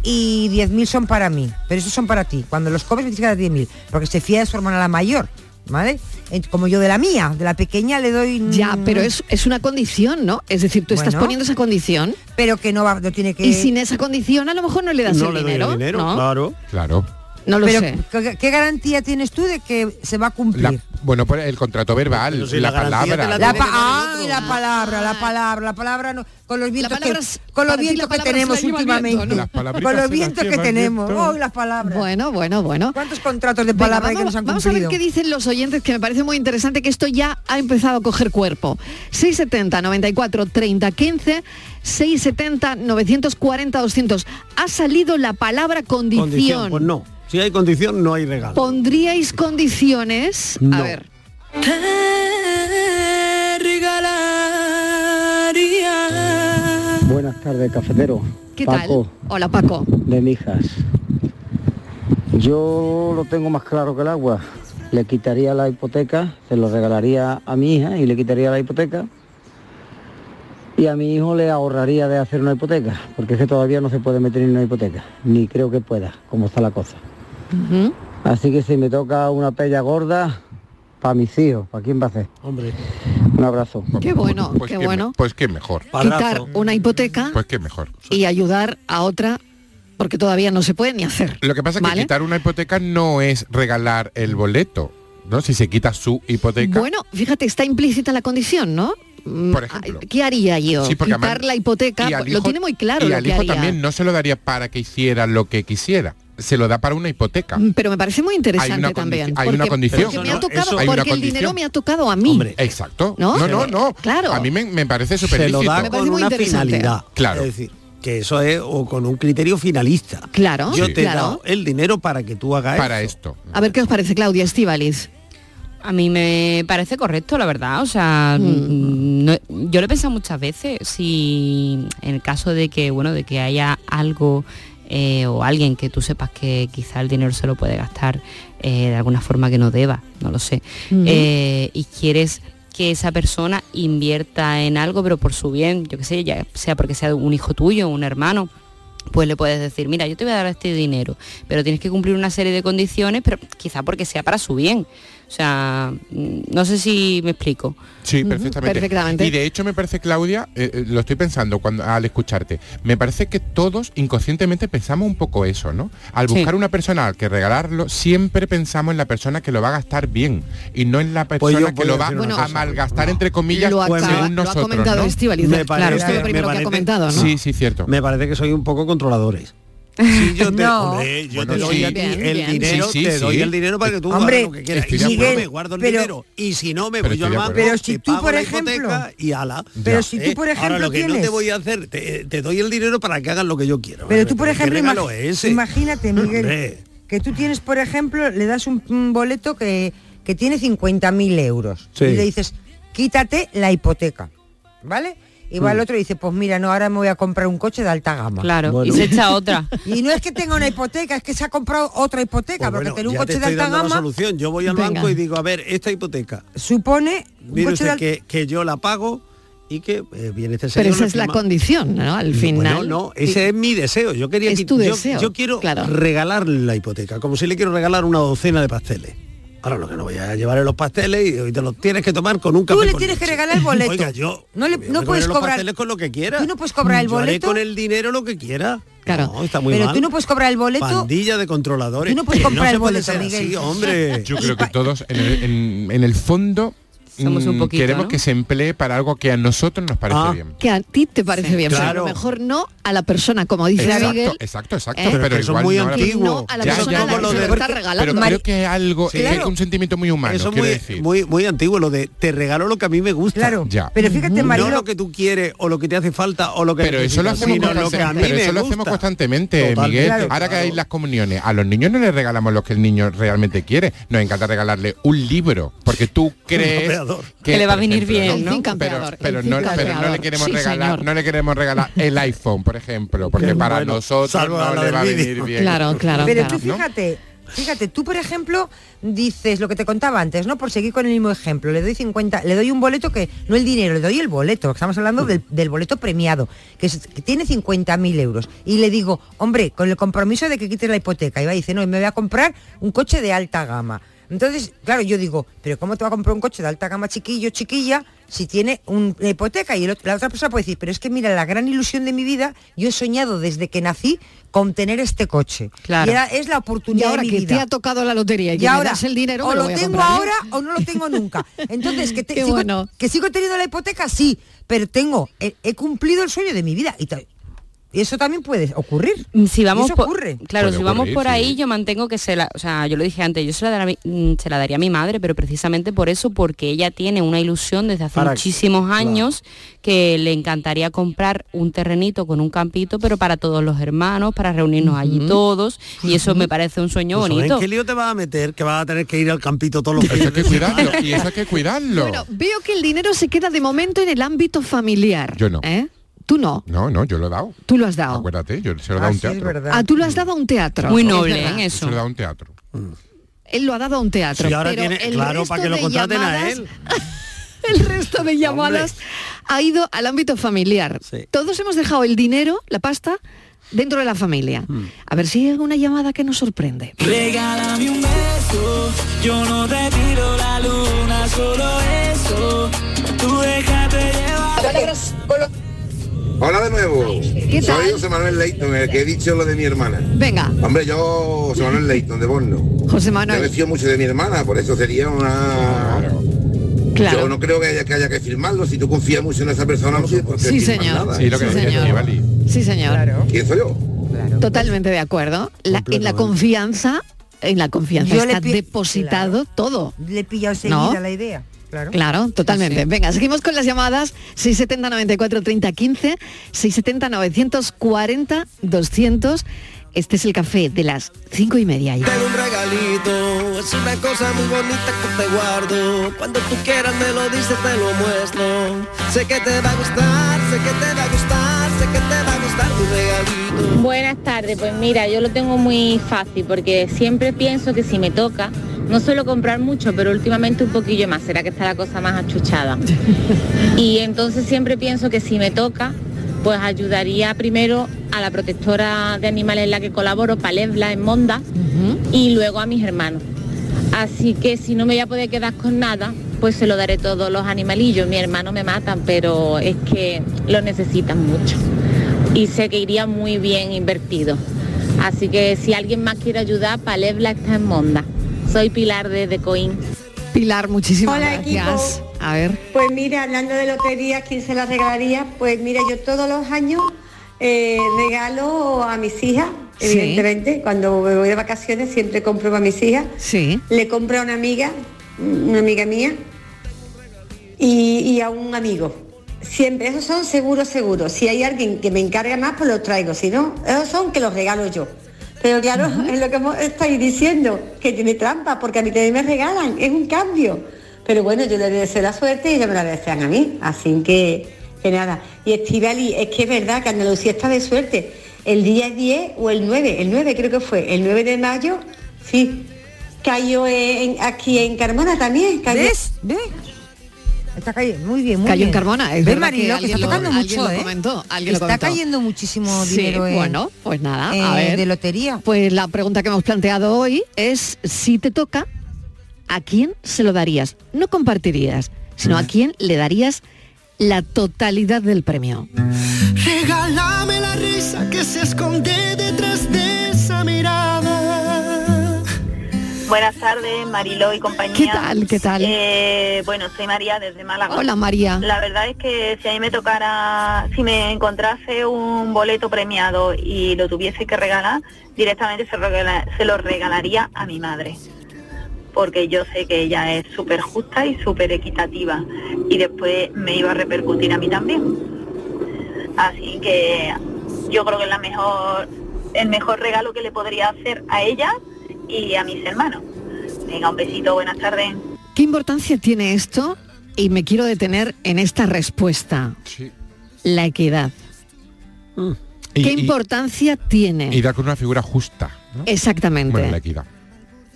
S11: y 10.000 son para mí, pero esos son para ti. Cuando los cobres me tienes que dar 10.000, porque se fía de su hermana la mayor, ¿vale? En- Como yo de la mía, de la pequeña le doy...
S8: Ya, pero es, es una condición, ¿no? Es decir, tú estás
S11: Bueno.
S8: poniendo esa condición.
S11: Pero que no, va, no tiene que...
S8: Y sin esa condición a lo mejor no le das el dinero. ¿no?
S10: claro.
S9: Claro.
S8: No lo
S11: Pero,
S8: sé.
S11: ¿qué- ¿Qué garantía tienes tú de que se va a cumplir?
S9: La- bueno, pues el contrato verbal, la,
S10: garantía
S9: palabra.
S11: La pa- ay, la palabra, la palabra, la palabra no- con los vientos
S8: palabra
S11: que,
S8: es-
S11: con los
S8: para ti
S11: vientos
S8: la
S11: que
S8: palabra
S11: tenemos
S8: se la lleva
S11: últimamente.
S8: viento, ¿no? Las palabritas
S11: con los
S8: se las
S11: vientos que
S8: lleva el viento.
S11: tenemos. Oh, las palabras.
S8: Bueno, bueno, bueno.
S11: ¿Cuántos contratos de palabra
S8: Venga,
S11: que nos han
S8: vamos a ver
S11: cumplido?
S8: qué dicen los oyentes, que me parece muy interesante que esto ya ha empezado a coger cuerpo. 670 94 30 15 670 940 200. Ha salido la palabra condición.
S10: Condición, pues no. Si hay condición, no hay regalo.
S8: ¿Pondríais condiciones? A
S10: No.
S8: ver.
S5: Te regalaría.
S21: Buenas tardes, cafetero.
S8: ¿Qué
S21: Paco,
S8: tal? Hola, Paco.
S21: de Mijas. Yo lo tengo más claro que el agua. Le quitaría la hipoteca, se lo regalaría a mi hija y le quitaría la hipoteca. Y a mi hijo le ahorraría de hacer una hipoteca, porque es que todavía no se puede meter en una hipoteca, ni creo que pueda, como está la cosa. Así que si me toca una pella gorda, para mis hijos, ¿para quién va a ser?
S10: Hombre.
S21: Un abrazo.
S8: Qué bueno,
S21: Pues
S8: qué
S21: que me-
S8: bueno.
S9: Pues qué mejor.
S8: Quitar una hipoteca
S9: Pues qué mejor.
S8: y ayudar a otra porque todavía no se puede ni hacer.
S9: Lo que pasa es que
S8: ¿Vale?
S9: quitar una hipoteca no es regalar el boleto, ¿no? Si se quita su hipoteca.
S8: Bueno, fíjate, está implícita la condición, ¿no? Mm,
S9: Por ejemplo.
S8: ¿Qué haría yo?
S9: Sí, porque
S8: Quitar
S9: además-
S8: la hipoteca,
S9: y al
S8: lo
S9: hijo-
S8: tiene muy claro
S9: Y
S8: lo
S9: al
S8: que
S9: hijo
S8: haría.
S9: también no se lo daría para que hiciera lo que quisiera. se lo da para una hipoteca.
S8: Mm, Pero me parece muy interesante
S9: Hay una
S8: también.
S9: condi- hay una condición.
S8: porque me ha
S9: Eso no,
S8: tocado,
S9: eso- Hay una
S8: porque el
S9: condición.
S8: dinero me ha tocado a mí.
S9: Exacto.
S8: ¿No?
S9: No, no,
S8: Se
S9: no.
S8: lo- Claro.
S9: A mí me, me parece súper
S10: se lo
S9: lícito.
S10: da con una finalidad.
S9: Claro.
S10: Es decir, que eso es o con un criterio finalista.
S8: Claro,
S10: Yo te he
S8: claro.
S10: dado el dinero para que tú hagas
S9: Para
S10: esto.
S8: A ver qué os parece, Claudia Estivaliz.
S2: A mí me parece correcto, la verdad. O sea, mm, no- yo lo he pensado muchas veces. Si en el caso de que, bueno, de que haya algo eh, o alguien que tú sepas que quizá el dinero se lo puede gastar eh, de alguna forma que no deba, no lo sé,
S4: Ujú.
S2: eh, y quieres que esa persona invierta en algo, pero por su bien, yo qué sé, ya sea porque sea un hijo tuyo, un hermano, pues le puedes decir, mira, yo te voy a dar este dinero, pero tienes que cumplir una serie de condiciones, pero quizá porque sea para su bien. O sea, mm, no sé si me explico.
S9: Sí, perfectamente. Y de hecho me parece, Claudia, eh, eh, lo estoy pensando cuando, al escucharte, me parece que todos inconscientemente pensamos un poco eso, ¿no? Al
S2: Sí.
S9: buscar una persona al que regalarlo, siempre pensamos en la persona que lo va a gastar bien y no en la
S10: Pues yo
S9: persona que
S10: puedo
S9: lo va
S10: decir una
S9: a
S10: cosa.
S9: malgastar, entre comillas,
S10: Lo acaba-
S9: según
S10: lo ha
S9: nosotros.
S10: comentado
S9: ¿no?
S10: Estíbaliz, Pues Me claro, parece- esto es lo me primero que ha parece- comentado, ¿no?
S9: Sí, sí, cierto.
S10: Me parece que soy un poco controladores. Si yo te, hombre, yo
S9: Bueno,
S10: te doy
S9: sí.
S10: a ti
S9: Bien,
S10: el
S9: bien.
S10: dinero,
S9: Sí, sí,
S10: te doy
S9: sí.
S10: el dinero para que tú
S9: Hombre,
S10: hagas lo que quieras. Y
S9: estoy de
S10: si yo
S9: acuerdo.
S10: me guardo el
S9: Pero-
S10: dinero y si no me
S9: pero
S10: voy
S9: estoy
S10: yo al
S9: de
S10: banco,
S9: acuerdo. Pero
S10: te
S9: si tú,
S10: pago
S9: por
S10: la
S9: ejemplo-
S10: hipoteca y ala.
S9: Pero Ya. si tú,
S10: ¿Eh?
S9: por
S10: Ahora
S9: ejemplo,
S10: lo que no te
S9: tienes-
S10: voy a hacer, te, te doy el dinero para que hagas lo que yo quiero.
S11: Pero tú, por
S10: ¿qué
S11: ejemplo,
S10: regalo
S11: imagi-
S10: es ese?
S11: imagínate, Miguel,
S10: Hombre.
S11: que tú tienes, por ejemplo, le das un, un boleto que, que tiene 50.000 euros
S10: Sí.
S11: y le dices, quítate la hipoteca, ¿vale? Y va
S2: Mm.
S11: el otro y dice, pues mira, no, ahora me voy a comprar un coche de alta gama.
S2: Claro, Bueno. y se echa otra.
S11: y no es que tenga una hipoteca, es que se ha comprado otra hipoteca, porque tener un
S10: Pues ya te
S11: coche de
S10: estoy
S11: alta
S10: dando la
S11: gama
S10: solución. Yo voy al
S11: Venga.
S10: banco y digo, a ver, esta hipoteca.
S11: supone un
S10: Mire
S11: coche de
S10: usted
S11: alta
S10: que, que yo la pago y que eh, viene este señor.
S8: Pero esa
S10: le
S8: es la
S10: firma-
S8: condición, ¿no? Al final.
S10: Bueno, no, ese es mi deseo. Yo quería
S8: Es
S10: que-
S8: tu
S10: yo-
S8: deseo,
S10: Yo, quiero
S8: claro.
S10: regalar la hipoteca, como si le quiero regalar una docena de pasteles. Ahora lo que no voy a llevar es los pasteles y hoy te los tienes que tomar con un café.
S11: Tú le
S10: con
S11: tienes que
S10: leche.
S11: regalar el boleto.
S10: Oiga, yo
S11: no le-
S10: me
S11: no
S10: voy a
S11: puedes
S10: los
S11: cobrar.
S10: pasteles con lo que quiera.
S11: Tú no puedes cobrar el
S10: Yo haré
S11: boleto.
S10: con el dinero lo que quiera.
S11: Claro.
S10: No, está muy
S11: Pero
S10: mal.
S11: tú no puedes cobrar el boleto.
S10: Pandilla de controladores.
S11: Tú no puedes
S10: Que
S11: comprar
S10: se
S11: el
S10: puede
S11: boleto,
S10: ser
S11: Miguel.
S10: así, hombre.
S9: Yo creo que todos en el, en- en el fondo
S10: Somos un
S9: mm,
S10: poquito,
S9: queremos
S10: ¿no?
S9: que se emplee para algo que a nosotros nos parece
S10: Ah,
S9: bien.
S8: Que a ti te parece bien, pero a
S9: Claro.
S8: lo mejor no a la persona, como dice
S9: exacto,
S8: Miguel.
S9: exacto, exacto,
S8: ¿eh?
S9: Pero,
S8: Pero que son
S9: igual
S8: muy
S9: no ahora
S8: antiguos.
S9: mismo.
S8: No, a la persona a la que
S9: lo
S8: se lo
S9: de-
S8: está
S9: pero
S8: regalando.
S9: creo que es algo,
S10: Sí.
S9: es
S10: Claro.
S9: un sentimiento muy humano,
S10: Eso
S9: quiero
S10: muy,
S9: decir.
S10: muy, muy antiguo, lo de te regalo lo que a mí me gusta. Claro,
S9: Ya.
S11: pero fíjate, Marilo-
S10: No lo que tú quieres o lo que te hace falta o lo que
S9: Pero eso lo
S10: necesitas,
S9: hacemos,
S10: sino lo que a mí
S9: constante- pero
S10: me
S9: eso lo
S10: gusta.
S9: hacemos constantemente,
S10: Totalmente,
S9: Miguel.
S10: claro.
S9: Ahora que hay las comuniones, a los niños no les regalamos lo que el niño realmente quiere. Nos encanta regalarle un libro, porque tú crees
S10: campeador.
S9: que, por ejemplo,
S2: ¿no?
S9: Pero, pero no, pero no le queremos regalar, no le queremos regalar el iPhone, por ejemplo, porque
S10: Qué
S9: para
S10: bueno.
S9: nosotros
S10: Salvo
S9: no
S10: la
S9: le
S10: del
S9: va a
S10: vídeo.
S9: venir bien.
S11: Pero tú fíjate, fíjate, tú por ejemplo dices lo que te contaba antes, ¿no? Por seguir con el mismo ejemplo, le doy 50, le doy un boleto que no el dinero, le doy el boleto, estamos hablando del, del boleto premiado, que, es- que tiene 50.000 euros. Y le digo, hombre, con el compromiso de que quites la hipoteca, y va y dice, no, me voy a comprar un coche de alta gama. Entonces, claro, yo digo, pero ¿cómo te va a comprar un coche de alta gama chiquillo, chiquilla, si tiene un- una hipoteca? Y el otro- la otra persona puede decir, pero es que mira, la gran ilusión de mi vida, yo he soñado desde que nací con tener este coche. Y era- es la oportunidad
S8: Y ahora
S11: de mi
S8: que
S11: vida.
S8: te ha tocado la lotería y, que me das el dinero,
S11: o
S8: me
S11: lo,
S8: voy a
S11: tengo
S8: comprar yo.
S11: ahora o no lo tengo nunca. Entonces, que, te-
S8: Qué
S11: sigo,
S8: bueno.
S11: que sigo teniendo la hipoteca, sí, pero tengo, he, he cumplido el sueño de mi vida. Y, ta- y eso también puede ocurrir.
S8: Mm,
S2: Si vamos
S11: eso
S2: por-
S11: ocurre.
S2: Claro, si vamos por
S11: ahí
S2: ahí, yo mantengo que se la, o sea, yo lo dije antes, yo se la, dará a mi- mm, se la daría a mi madre, pero precisamente por eso, porque ella tiene una ilusión desde hace
S6: Para-
S2: muchísimos años que le encantaría comprar un terrenito con un campito, pero para todos los hermanos, para reunirnos allí todos, y eso me parece un sueño
S10: Pues, ¿sabes
S2: bonito.
S10: ¿En qué lío te vas a meter que vas a tener que ir al campito todos los días? Eso hay que
S9: cuidarlo, y eso hay que cuidarlo.
S8: Bueno, veo que el dinero se queda de momento en el ámbito familiar.
S9: Yo no. Ah,
S8: ¿eh? Tú no.
S9: No, no, yo lo he dado.
S8: Tú lo has dado.
S9: Acuérdate, yo se lo he dado a un teatro.
S8: Ah, tú lo has dado a un teatro. Es verdad.
S9: Se lo he dado a un teatro.
S8: Él lo ha dado a un teatro.
S9: Sí, ahora
S8: pero
S9: tiene-
S8: el
S9: claro,
S8: resto
S9: para que lo
S8: de
S9: contraten a
S8: llamadas-
S9: él.
S8: el resto de llamadas ha ido al ámbito familiar. Todos hemos dejado el dinero, la pasta, dentro de la familia.
S9: Hmm.
S8: A ver si hay alguna llamada que nos sorprende.
S19: Regálame un beso, yo no te pido la luna, solo eso. Tú déjate llevar.
S20: Hola de nuevo.
S8: ¿Qué tal?
S20: Soy José Manuel Leighton, el que he dicho lo de mi hermana.
S8: Venga,
S20: Hombre, yo, José Manuel Leighton, de Borno.
S8: José
S20: Yo
S8: Manuel.
S20: me fío mucho de mi hermana, por eso sería una...
S8: Claro.
S20: Yo no creo que haya que, haya que firmarlo. Si tú confías mucho en esa persona, no tienes por qué
S8: Sí,
S20: firmar
S8: señor.
S20: nada.
S8: Sí, lo que Sí, decía señor. Sí, señor.
S20: ¿Quién soy yo?
S8: Totalmente de acuerdo. La- en la confianza, en la confianza
S11: Yo le
S8: está
S11: pi-
S8: depositado todo.
S11: Le he pillado
S8: ¿No?
S11: seguida la idea. Claro.
S8: Claro, totalmente.
S11: Sí.
S8: Venga, seguimos con las llamadas 670 94 30 15, 670 940 200. Este es el café de las cinco y media. ya.
S5: Tengo un regalito, es una cosa muy bonita que te guardo. Cuando tú quieras me lo dices, te lo muestro. Sé que te va a gustar, sé que te va a gustar, sé que te va a gustar tu regalito.
S22: Buenas tardes, pues mira, yo lo tengo muy fácil porque siempre pienso que si me toca, no suelo comprar mucho, pero últimamente un poquillo más, será que está la cosa más achuchada. Y entonces siempre pienso que si me toca, pues ayudaría primero a la protectora de animales en la que colaboro, Palebla, en Monda, y luego a mis hermanos. Así que si no me voy a poder quedar con nada, pues se lo daré todos los animalillos. Mi hermano me matan, pero es que lo necesitan mucho. Y sé que iría muy bien invertido. Así que si alguien más quiere ayudar, Palebla está en Monda. Soy Pilar de Decoin.
S8: Pilar, muchísimas
S7: Hola,
S8: gracias.
S7: equipo.
S8: A ver.
S7: Pues mira, hablando de lotería, ¿quién se la regalaría? Pues mira, yo todos los años eh, regalo a mis hijas,
S8: Sí.
S7: evidentemente, cuando me voy de vacaciones siempre compro para mis hijas.
S8: Sí.
S7: Le compro a una amiga, una amiga mía, y, y a un amigo. Siempre, esos son seguros, seguros. Si hay alguien que me encarga más, pues los traigo. Si no, esos son que los regalo yo. Pero claro, es lo que mo- estáis diciendo, que tiene trampa, porque a mí también me regalan, es un cambio. Pero bueno, yo le deseo la suerte y ellos me la desean a mí, así que, que nada. Y Estivali, es que es verdad que Andalucía está de suerte. El día 10 o el 9, el 9 creo que fue, el 9 de mayo, sí, cayó en- aquí en Carmona también. Cayó.
S11: ¿Ves? ¿Ves? Está cayendo muy bien, muy
S8: Cayó
S11: bien.
S8: en Carmona, es
S11: Ve,
S8: verdad que
S11: Mariló, que,
S8: alguien
S11: está
S8: lo-
S11: tocando
S8: alguien
S11: mucho,
S8: lo
S11: ¿eh?
S8: comentó, alguien lo
S11: está
S8: comentó.
S11: cayendo muchísimo
S8: Sí,
S11: dinero en-
S8: bueno, pues nada, a
S11: eh,
S8: ver.
S11: de lotería.
S8: Pues la pregunta que hemos planteado hoy es si te toca, ¿a quién se lo darías? No compartirías, sino
S11: Mm.
S8: a quién le darías la totalidad del premio.
S23: Regálame la risa que se esconde detrás de esa mirada.
S24: Buenas tardes, Mariló y compañía.
S8: ¿Qué tal? ¿Qué tal?
S24: Eh, bueno, soy María desde Málaga.
S8: Hola, María.
S24: La verdad es que si a mí me tocara, si me encontrase un boleto premiado y lo tuviese que regalar, directamente se, regala- se lo regalaría a mi madre. Porque yo sé que ella es súper justa y súper equitativa. Y después me iba a repercutir a mí también. Así que yo creo que es la mejor, el mejor regalo que le podría hacer a ella y a mis hermanos. Venga, un besito, buenas tardes.
S8: ¿Qué importancia tiene esto? Y me quiero detener en esta respuesta. La equidad.
S9: Y-
S8: ¿Qué
S9: y-
S8: importancia tiene?
S9: Y da con una figura justa. ¿no?
S8: Exactamente.
S9: Bueno, la equidad.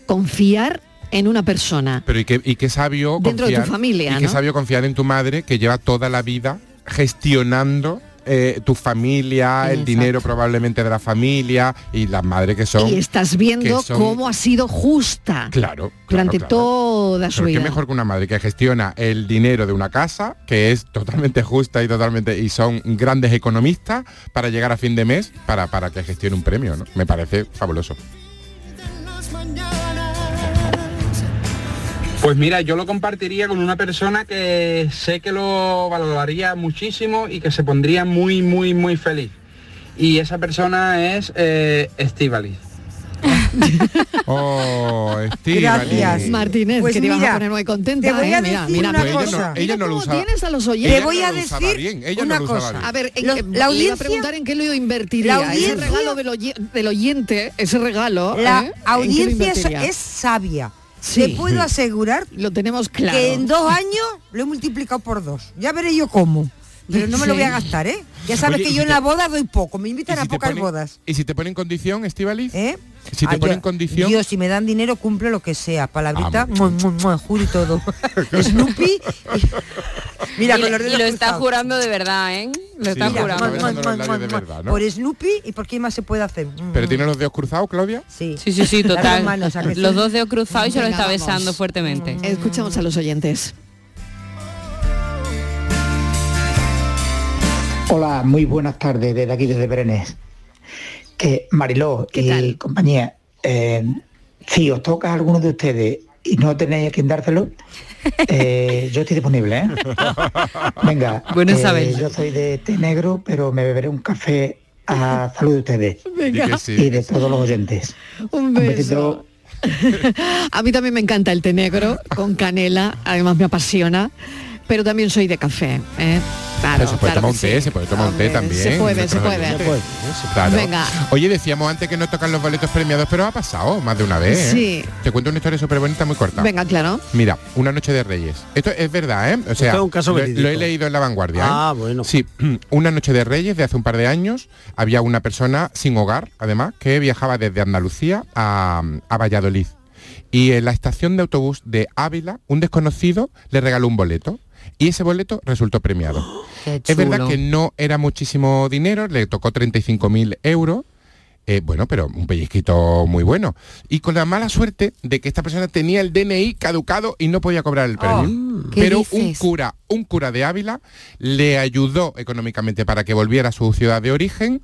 S8: Confiar en una persona.
S9: Pero y qué, y qué sabio
S8: Dentro de tu
S9: confiar.
S8: familia,
S9: Y qué
S8: ¿no?
S9: sabio confiar en tu madre que lleva toda la vida gestionando. eh, tu familia, el
S8: Exacto.
S9: dinero probablemente de la familia y las madres que son.
S8: y estás viendo
S9: que son-
S8: cómo ha sido justa
S9: Claro.
S8: durante
S9: claro.
S8: toda su
S9: Pero qué
S8: vida.
S9: mejor que una madre que gestiona el dinero de una casa, que es totalmente justa y totalmente y son grandes economistas para llegar a fin de mes para, para que gestione un premio, ¿no? Me parece fabuloso.
S25: Pues mira, yo lo compartiría con una persona que sé que lo valoraría muchísimo y que se pondría muy, muy, muy feliz. Y esa persona es eh, Estíbaliz.
S9: Oh, Estíbaliz.
S7: Gracias.
S8: Martínez,
S7: Pues
S8: que te ibas
S7: mira,
S8: a poner muy contenta.
S7: te voy
S8: ¿eh?
S7: a
S8: mira,
S7: decir
S8: mira,
S7: una
S8: mira,
S7: cosa.
S8: mira
S7: Ella- ella no
S8: cómo
S7: lo usaba.
S8: tienes a los
S7: Ella
S8: oyentes.
S7: no voy lo a usaba decir bien, ella no una lo usaba cosa. bien.
S8: A ver, en-
S7: Lo- la
S8: eh, le iba a
S7: audiencia-
S8: preguntar en qué lo
S7: La
S8: invertiría. Ese
S7: audiencia-
S8: regalo del, oye- del oyente, ese regalo.
S11: La
S8: ¿eh? ¿en qué lo
S11: audiencia es-
S8: invertiría?
S11: es sabia.
S8: Sí.
S11: Te puedo asegurar
S8: lo tenemos claro.
S11: que en dos años lo he multiplicado por dos. Ya veré yo cómo. Pero no me lo
S8: Sí.
S11: voy a gastar, ¿eh? Ya sabes
S9: Oye,
S11: que
S9: y
S11: yo
S9: si
S11: en la
S9: te-
S11: boda doy poco, me invitan a
S9: te
S11: pocas
S9: ponen-
S11: bodas.
S9: ¿Y si te ponen condición, Estivaliz?
S11: ¿Eh?
S9: Si te
S11: Ah,
S9: ponen
S11: yo-
S9: condición. Ah,
S11: Yo, si me dan dinero, cumplo lo que sea. Palabrita, mua, mua, mua, juro y todo. Snoopy. y- Mira,
S2: y,
S11: con
S2: le-
S11: los
S2: y
S11: dedos
S2: lo está
S11: cruzados.
S2: jurando de verdad, ¿eh? Lo está
S11: Mira,
S2: jurando.
S11: mua, mua,
S9: besando los
S11: mua,
S9: labios de
S11: mua,
S9: verdad,
S11: mua.
S9: ¿no?
S11: Por Snoopy y por qué más se puede hacer.
S9: ¿Pero tiene los dedos cruzados, Claudia?
S11: Sí.
S2: Sí, sí, sí,
S11: Las
S2: total.
S11: dos manos, ¿a que sí?
S2: Los dos dedos cruzados y se lo
S8: Venga,
S2: está
S8: vamos.
S2: besando fuertemente.
S8: Escuchamos a los oyentes.
S26: Hola, muy buenas tardes desde aquí, desde Berenes. Eh, Mariló y compañía, eh, si os toca a alguno de ustedes y no tenéis a quien dárselo, eh, yo estoy disponible. ¿eh? Venga,
S2: Bueno
S26: eh,
S2: saberlo.
S26: yo soy de té negro, pero me beberé un café a salud de ustedes
S8: Venga. Di que sí.
S26: y de todos los oyentes.
S8: Un beso. a mí también me encanta el té negro con canela, además me apasiona, pero también soy de café. ¿eh? Claro,
S9: Pero se puede
S8: claro
S9: tomar
S8: que
S9: un té,
S8: sí.
S9: se puede tomar un té también.
S8: se puede, se
S9: Claro.
S8: puede. Se puede,
S9: Claro.
S8: Venga.
S9: Oye, decíamos antes que no tocan los boletos premiados, pero ha pasado más de una vez. ¿eh?
S8: Sí.
S9: Te cuento una historia súper bonita, muy corta.
S8: Venga, claro.
S9: Mira, una noche de reyes. Esto es verdad, ¿eh? O sea,
S20: Esto es un caso
S9: lo,
S20: verídico.
S9: lo he leído en la vanguardia. ¿eh?
S20: Ah, bueno.
S9: Sí, una noche de reyes de hace un par de años había una persona sin hogar, además, que viajaba desde Andalucía a, a Valladolid. Y en la estación de autobús de Ávila, un desconocido le regaló un boleto. Y ese boleto resultó premiado. Es verdad
S5: chulo.
S9: que no era muchísimo dinero, le tocó 35.000 euros, eh, bueno, pero un pellizquito muy bueno. Y con la mala suerte de que esta persona tenía el DNI caducado y no podía cobrar el premio.
S27: ¿qué
S9: pero un
S27: dices?
S9: cura, un cura de Ávila, le ayudó económicamente para que volviera a su ciudad de origen,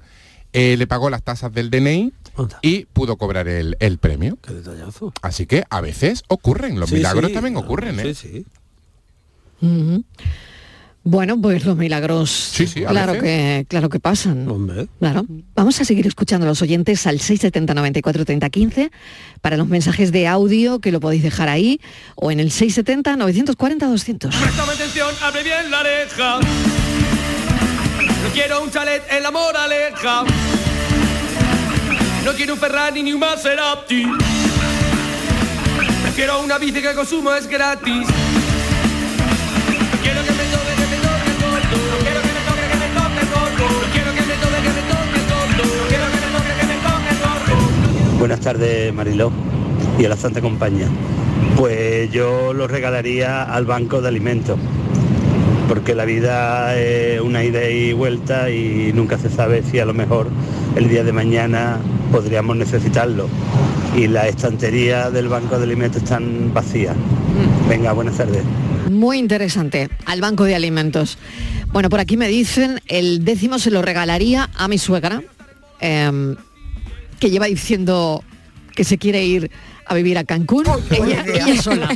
S9: eh, le pagó las tasas del DNI y pudo cobrar el, el premio. Así que a veces ocurren, los
S20: Sí,
S9: milagros
S20: sí,
S9: también ocurren, ¿eh?
S20: Sí, sí.
S8: Ujú. Bueno, pues los milagros.
S9: a
S8: claro
S9: veces.
S8: que, claro que pasan. Claro. Vamos a seguir escuchando a los oyentes al 670 94 30 15 para los mensajes de audio que lo podéis dejar ahí o en el 670 940 200.
S5: Préstame atención, abre bien la letra. No quiero un chalet en la moraleja. No quiero un Ferrari ni un Maserati. Quiero una bici que el consumo es gratis. Quiero que me toque, que me toque todo. Quiero que me toque, que me toque todo. Quiero que me toque, que me toque todo. Quiero que me toque, que me toque todo.
S28: Buenas tardes, Mariló y a la Santa Compañía. Pues yo lo regalaría al banco de alimentos, porque la vida es una ida y vuelta y nunca se sabe si a lo mejor el día de mañana podríamos necesitarlo. Y las estanterías del banco de alimentos están vacías. Venga, buenas tardes.
S8: Muy interesante. Al banco de alimentos. Bueno, por aquí me dicen, el décimo se lo regalaría a mi suegra, em, que lleva diciendo que se quiere ir a vivir a Cancún. Ella, ella sola.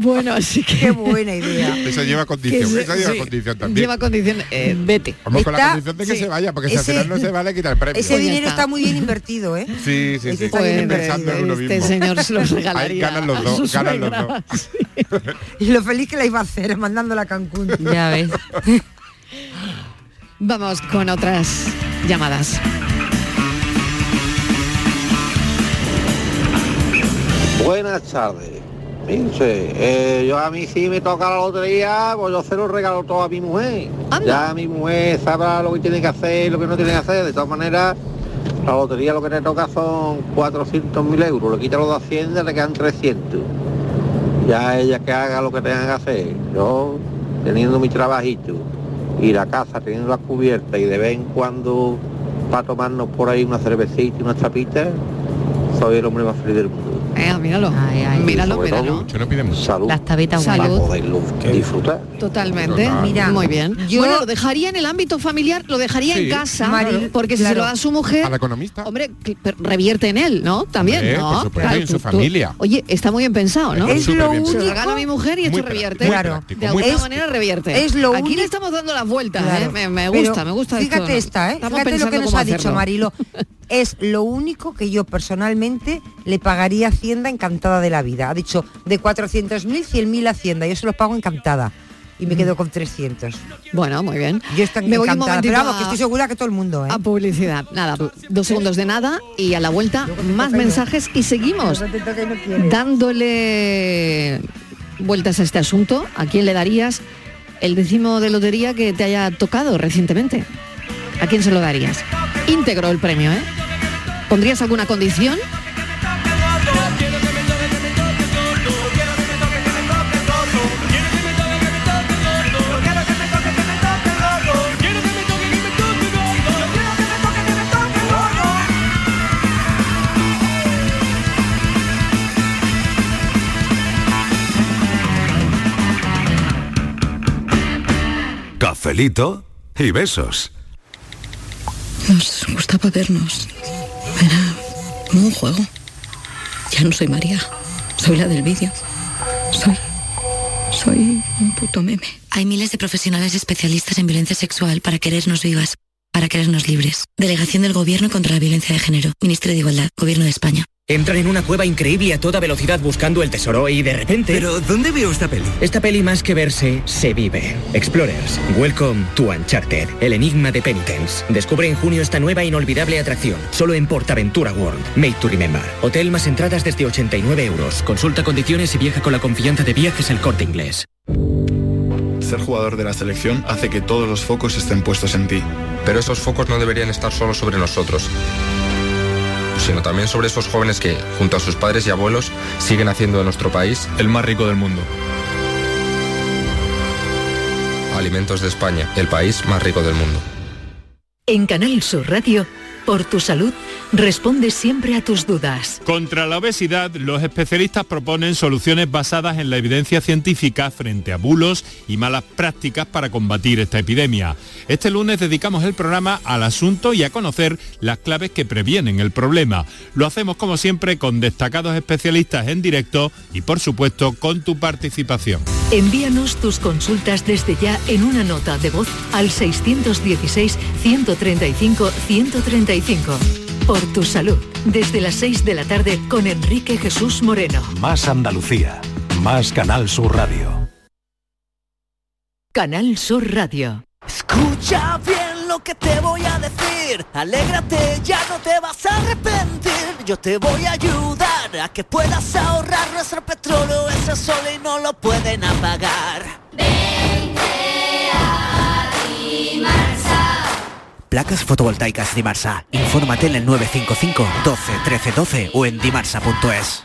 S8: bueno, así que... Qué
S11: buena idea.
S9: Eso lleva condición,
S8: se-
S9: eso lleva
S8: sí,
S9: condición también.
S8: Lleva condición, eh, vete.
S9: Vamos con la
S11: Está-
S9: condición de que
S11: sí.
S9: se vaya, porque si al
S11: Ese-
S9: final no se vale quitar el premio.
S11: Ese dinero está. muy bien invertido, ¿eh?
S9: Sí, sí, sí.
S11: está bien
S9: Estoy
S11: invertido.
S9: pensando en uno
S11: Este
S9: mismo.
S11: señor se lo
S9: Ahí
S11: regalaría
S9: ganan los
S11: a
S9: dos,
S11: su
S9: ganan los
S11: suegra.
S9: dos.
S11: Y lo feliz que la iba a hacer mandándola a Cancún.
S29: Ya ves.
S8: Vamos con otras llamadas.
S30: Buenas tardes. Minche, eh, yo a mí sí me toca la lotería, pues yo se lo regalo todo a mi mujer. Ya mi mujer sabrá lo que tiene que hacer y lo que no tiene que hacer. De todas maneras, la lotería lo que le toca son 400.000 euros. Le quita los de Hacienda, le quedan 300. Ya ella que haga lo que tenga que hacer. Yo, teniendo mi trabajito y la casa, teniendo la cubierta y de vez en cuando para tomarnos por ahí una cervecita y unas tapitas, soy el hombre más feliz del mundo.
S8: Eh, míralo.
S30: Míralo,
S8: míralo, míralo.
S30: míralo. Salud.
S29: Las tabetas
S30: Para
S8: Salud.
S30: poderlo disfrutar.
S8: Totalmente,
S30: Total.
S8: mira, muy bien.
S11: Yo-
S8: bueno, lo dejaría en el ámbito familiar, lo dejaría
S9: Sí,
S8: en casa,
S9: Mari-
S8: porque si
S9: claro.
S8: se lo da a su mujer,
S9: A la economista.
S8: hombre, que- pero revierte en él, ¿no? También,
S9: Hombre,
S8: ¿no?
S9: por supuesto, y en su familia.
S8: Oye, está muy bien pensado, ¿no?
S9: Está Es súper lo bien
S8: Se
S9: único-
S8: regala a mi mujer y esto
S9: Muy práctico,
S8: revierte.
S9: muy Claro. práctico,
S8: De
S9: muy
S8: alguna
S9: práctico.
S8: manera revierte.
S11: Es lo
S8: Aquí
S11: único-
S8: le estamos dando las vueltas,
S11: Claro.
S8: ¿eh? me, me
S11: Pero
S8: gusta, me gusta esto,
S11: Fíjate
S8: ¿no?
S11: esta, ¿eh?
S8: Estamos
S11: Fíjate lo
S8: pensando
S11: que nos
S8: cómo
S11: ha dicho
S8: hacerlo.
S11: Marilo. Es lo único que yo personalmente le pagaría a Hacienda encantada de la vida. Ha dicho, de 400.000, 100.000 a Hacienda. Yo se los pago encantada. Y me quedo con 300.
S8: Mm. Bueno, muy bien.
S11: Yo estoy
S8: Me voy un
S11: encantada.
S8: momentito
S11: Pero vamos,
S8: a-
S11: que estoy segura que todo el mundo, ¿eh?
S8: A publicidad, nada, dos segundos de nada y a la vuelta más mensajes y seguimos dándole vueltas a este asunto. ¿A quién le darías el décimo de lotería que te haya tocado recientemente? ¿A quién se lo darías? Íntegro el premio, ¿eh? ¿Pondrías alguna condición?
S1: Cafelito y besos.
S15: Nos gustaba vernos. Era como un juego. Ya no soy María. Soy la del vídeo. Soy. Soy un puto meme.
S31: Hay miles de profesionales especialistas en violencia sexual para querernos vivas.
S32: para creernos libres. Delegación del Gobierno contra la Violencia de Género. Ministerio de Igualdad. Gobierno de España.
S33: Entran en una cueva increíble a toda velocidad buscando el tesoro y de repente... ¿Pero dónde veo esta peli? Esta peli más que verse, se vive. Explorers, welcome to Uncharted, el enigma de Penitence. Descubre en junio esta nueva e inolvidable atracción, solo en Portaventura World, made to remember. Hotel más entradas desde 89 euros. Consulta condiciones y viaja con la confianza de viajes el corte inglés.
S34: Ser jugador de la selección hace que todos los focos estén puestos en ti.
S35: Pero esos focos no deberían estar solo sobre nosotros, sino también sobre esos jóvenes que, junto a sus padres y abuelos, siguen haciendo de nuestro país el más rico del mundo. Alimentos de España, el país más rico del mundo.
S15: En Canal Sur Radio, por tu salud, responde siempre a tus dudas.
S36: Contra la obesidad, los especialistas proponen soluciones basadas en la evidencia científica frente a bulos y malas prácticas para combatir esta epidemia. Este lunes dedicamos el programa al asunto y a conocer las claves que previenen el problema. Lo hacemos como siempre con destacados especialistas en directo y por supuesto con tu participación.
S15: Envíanos tus consultas desde ya en una nota de voz al 616-135-135. Por tu salud, desde las 6 de la tarde con Enrique Jesús Moreno.
S1: Más Andalucía, más Canal Sur Radio.
S15: Canal Sur Radio.
S17: Escucha bien lo que te voy a decir. Alégrate, ya no te vas a arrepentir. Yo te voy a ayudar a que puedas ahorrar nuestro petróleo. Ese sol y no lo pueden apagar.
S18: Placas fotovoltaicas Dimarsa. Infórmate en el 955 12 13 12 o en dimarsa.es.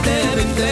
S5: vente.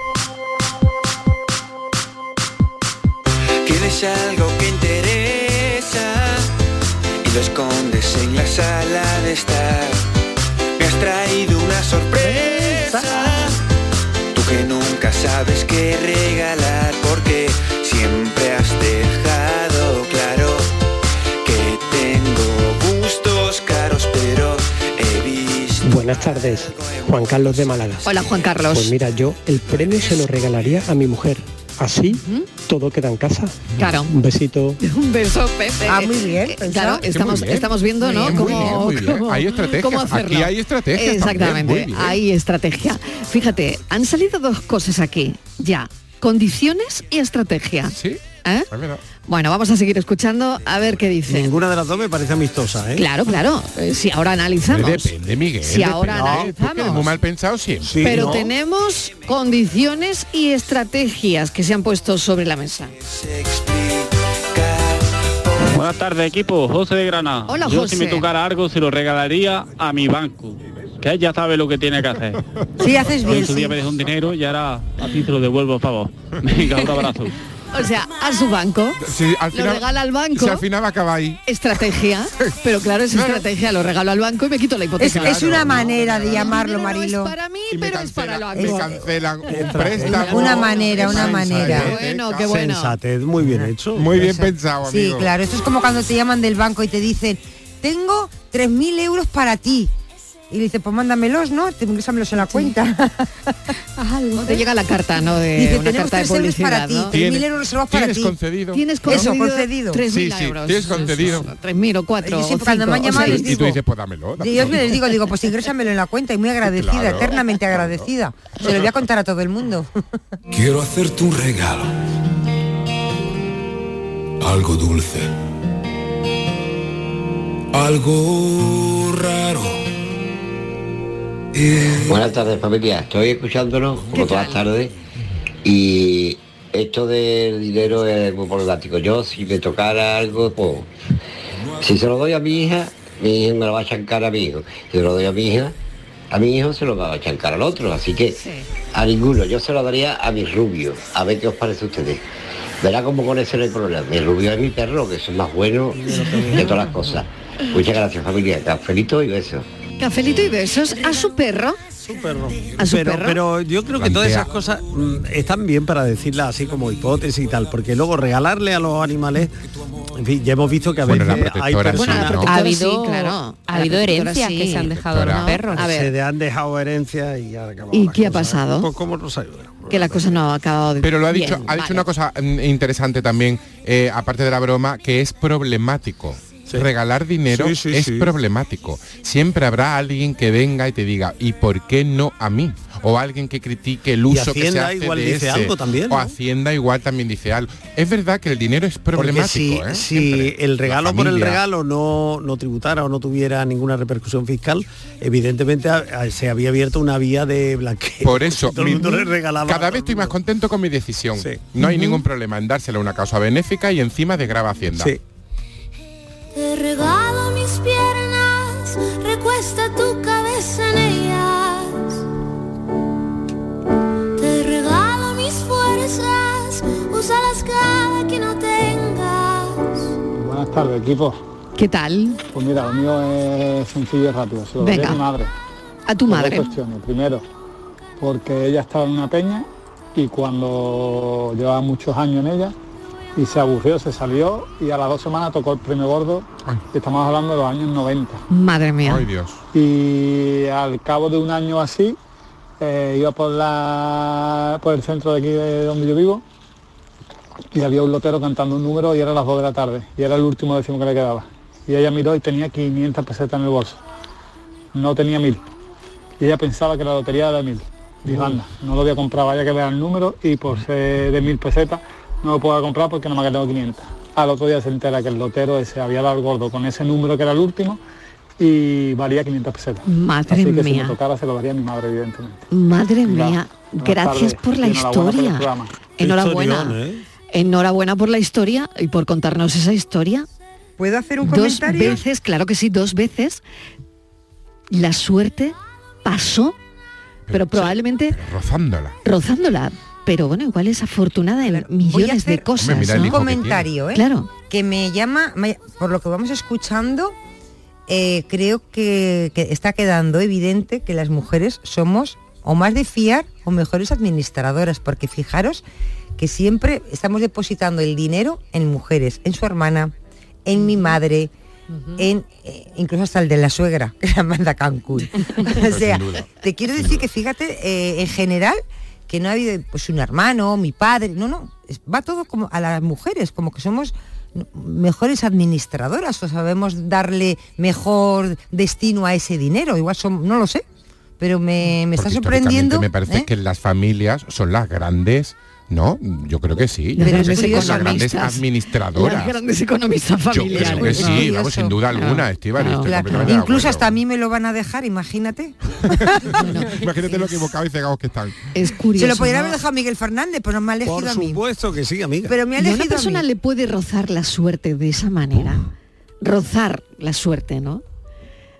S25: Tienes algo que interesa y lo escondes en la sala de estar. Me has traído una sorpresa. Tú que nunca sabes qué regalar porque siempre has dejado claro que tengo gustos caros, pero he visto
S9: Buenas tardes, Juan Carlos de Málaga.
S8: Hola, Juan Carlos.
S9: Pues mira, yo el premio se lo regalaría a mi mujer. Así todo queda en casa.
S8: Claro.
S9: Un besito.
S8: Un beso, Pepe. Ah, muy bien. Claro,
S9: Qué
S8: estamos,
S9: muy bien.
S8: estamos viendo,
S9: Muy
S8: ¿no?
S9: bien, muy bien,
S8: cómo,
S9: muy bien.
S8: cómo-
S9: Hay estrategias,
S8: cómo
S9: aquí
S8: hacerlo.
S9: hay estrategias también,
S8: Exactamente,
S9: muy bien.
S8: hay estrategia. Fíjate, han salido dos cosas aquí, ya. Condiciones y estrategia. Sí.
S9: Pues
S8: Bueno, vamos a seguir escuchando a ver qué dicen.
S10: Ninguna de las dos me parece amistosa, ¿eh?
S8: Claro, claro. eh, Si ahora analizamos.
S10: Depende, Miguel.
S8: Si ahora
S7: Es
S8: analizamos.
S7: muy mal pensado siempre.
S8: Pero tenemos condiciones y estrategias que se han puesto sobre la mesa.
S37: Buenas tardes equipo, José de Granada.
S8: Hola,
S37: Yo
S8: José.
S37: si me tocara algo se lo regalaría a mi banco, que él ya sabe lo que tiene que hacer.
S11: Sí, haces
S37: En
S11: bien.
S37: su
S11: sí.
S37: día me dejó un dinero y ahora a ti se lo devuelvo, por favor. Venga, un abrazo.
S8: O sea, a su banco.
S37: Sí, al
S8: lo
S37: final-
S8: regala al banco.
S37: sí, al
S7: final va a acabar ahí.
S8: Estrategia. Pero claro, es estrategia. Lo regalo al banco y me quito la
S11: Es,
S8: hipoteca.
S11: es una manera de llamarlo, Marilo.
S8: para mí,
S11: pero es para la
S7: Me cancelan un préstamo.
S9: ¿eh?
S11: Una manera, una manera.
S10: Bueno, qué bueno. Sensatez, muy bien hecho. Muy
S7: bien pensado,
S11: Sí, claro, esto es como cuando te llaman del banco y te dicen, tengo 3.000 euros para ti. y le dice, pues mándamelos, ¿no? Te ingrésamelos en la cuenta.
S8: O te llega la carta, ¿no? De
S11: Dice,
S8: una
S11: tenemos
S8: carta de
S11: tres euros para
S8: publicidad,
S11: ti,
S8: ¿no?
S11: tres mil euros reservados para ti.
S8: Tienes concedido.
S11: Eso, concedido.
S8: 3.000 euros.
S9: tienes concedido.
S8: 3.000 o 4
S11: Yo
S8: o
S11: siempre cuando
S8: cinco,
S11: me han
S8: o
S11: llamado les
S8: seis.
S9: Y tú
S11: digo,
S9: dices, pues dámelo.
S11: yo siempre les digo, digo, pues ingrésamelo en la cuenta y muy agradecida,
S9: Claro.
S11: eternamente agradecida. Se lo voy a contar a todo el mundo.
S38: Quiero hacerte un regalo. Algo dulce. Algo raro.
S2: Buenas tardes familia, estoy escuchándonos como todas las tardes y esto del dinero es muy problemático. Yo si me tocara algo, pues si se lo doy a mi hija, mi hija me lo va a chancar a mi hijo. Si se lo doy a mi hija, a mi hijo se lo va a chancar al otro. Así que a ninguno, yo se lo daría a mi rubio. A ver qué os parece a ustedes. Verá cómo con ese no hay problema. Mi rubio es mi perro, que eso es más bueno de todas las cosas. Muchas gracias familia, cafelito y besos.
S8: Cafelito y besos a su perro. A su
S10: pero,
S8: perro.
S10: pero yo creo que todas
S8: Plantea.
S10: esas cosas mm, están bien para decirlas así como hipótesis y tal, porque luego regalarle a los animales, en fin, ya hemos visto que a
S9: Bueno,
S10: veces
S9: la
S10: hay
S9: protectora sí,
S10: personas
S9: ¿no?
S4: Ha habido,
S8: sí, claro.
S4: ha habido
S8: La protectora
S4: herencias
S8: sí.
S4: que se han dejado a los perros.
S8: A ver.
S10: se le han dejado herencia y ya acabó
S8: ¿Y
S10: la
S8: qué ha
S10: cosa.
S8: pasado?
S10: Pues como Rosario.
S8: Que la cosa no ha acabado de
S9: Pero lo ha dicho,
S8: Bien,
S9: ha dicho
S8: vale.
S9: una cosa mm, interesante también, eh, aparte de la broma, que es problemático. Regalar dinero
S10: Sí, sí,
S9: es
S10: sí.
S9: problemático. Siempre habrá alguien que venga y te diga, ¿y por qué no a mí? O alguien que critique el
S10: Y
S9: uso que se
S10: Hacienda
S9: hace
S10: igual
S9: de ese.
S10: dice algo también, ¿no?
S9: O Hacienda igual también dice algo. Es verdad que el dinero es problemático.
S10: si,
S9: ¿eh?
S10: si el regalo por el
S9: familia.
S10: regalo no, no tributara o no tuviera ninguna repercusión fiscal, evidentemente a- a- se había abierto una vía de blanqueo.
S9: Por eso,
S10: todo el
S9: mi-
S10: mundo le regalaba.
S9: cada vez estoy más contento con mi decisión. No hay ningún problema en dársela a una causa benéfica y encima de grava Hacienda.
S5: Te regalo mis piernas, recuesta tu cabeza en ellas. Te regalo mis fuerzas, úsalas cada que no tengas.
S6: Buenas tardes, equipo.
S8: ¿Qué tal?
S6: Pues mira, lo mío es sencillo y rápido. Se lo doy
S8: Venga.
S6: a mi madre.
S8: A tu
S6: Por dos
S8: madre.
S6: cuestiones. Primero, porque ella estaba en una peña y cuando llevaba muchos años en ella y se aburrió, se salió y a las dos semanas tocó el premio gordo. que Estamos hablando de los años 90.
S8: Madre mía.
S6: Y al cabo de un año así, eh, iba por, la, por el centro de aquí de donde yo vivo y había un lotero cantando un número y era las 2 de la tarde y era el último décimo que le quedaba. Y ella miró y tenía 500 pesetas en el bolso. No tenía 1000. Y ella pensaba que la lotería era de 1000. Dijo,
S5: Uy.
S6: anda, no lo voy a comprar, vaya que vea el número y por ser de 1000 pesetas no lo puedo comprar porque no me ha quedado 500. Al otro día se entera que el lotero ese había dado al gordo con ese número que era el último y valía 500 pesetas.
S8: Madre
S6: Así que si
S8: mía.
S6: me tocara se lo daría a mi madre, evidentemente.
S8: Madre mía,
S6: buenas
S8: gracias
S6: tardes
S8: por la
S6: y enhorabuena por el
S8: historia.
S6: programa. Qué
S8: Enhorabuena.
S6: historión, ¿eh?
S8: Enhorabuena por la historia y por contarnos esa historia.
S11: ¿Puedo hacer un
S8: dos
S11: comentario?
S8: veces, claro que sí, dos veces. La suerte pasó, pero probablemente
S9: Rozándola.
S8: rozándola. Pero bueno, igual es afortunada en millones de cosas.
S11: un
S8: ¿no?
S11: comentario, ¿eh?
S8: Claro.
S11: Que me llama, me- por lo que vamos escuchando, eh, creo que, que está quedando evidente que las mujeres somos o más de fiar o mejores administradoras, porque fijaros que siempre estamos depositando el dinero en mujeres, en su hermana, en mi madre, en eh, incluso hasta el de la suegra, que la manda a Cancún. o sea, te quiero decir que fíjate, eh, en general, que no ha habido pues un hermano, mi padre, no, no, es- va todo como a las mujeres, como que somos mejores administradoras o sabemos darle mejor destino a ese dinero, igual son, no lo sé, pero me, me está
S9: Porque
S11: sorprendiendo.
S9: históricamente Me parece
S11: ¿eh?
S9: que las familias son las grandes, ¿no? Yo creo que sí. Yo
S8: Las
S9: creo que
S8: grandes
S9: sí, son las grandes
S8: economistas.
S9: administradoras.
S8: Las grandes economistas familiares.
S9: Yo creo que sí, vamos, sin duda alguna, Estíbaliz, estoy
S11: Claro,
S9: completamente de
S11: Incluso
S9: acuerdo.
S11: hasta a mí me lo van a dejar, imagínate.
S9: Imagínate lo equivocado y cegados que están.
S8: Es
S11: Se
S8: curioso.
S11: lo podrían
S8: ¿no?
S11: haber dejado a Miguel Fernández, pero no me ha elegido
S10: Por
S11: a mí.
S10: supuesto que sí, amiga.
S11: Pero me ha
S8: Y a
S11: elegido
S8: una
S11: a
S8: persona
S11: mí.
S8: le puede rozar la suerte de esa manera. Rozar la suerte, ¿no?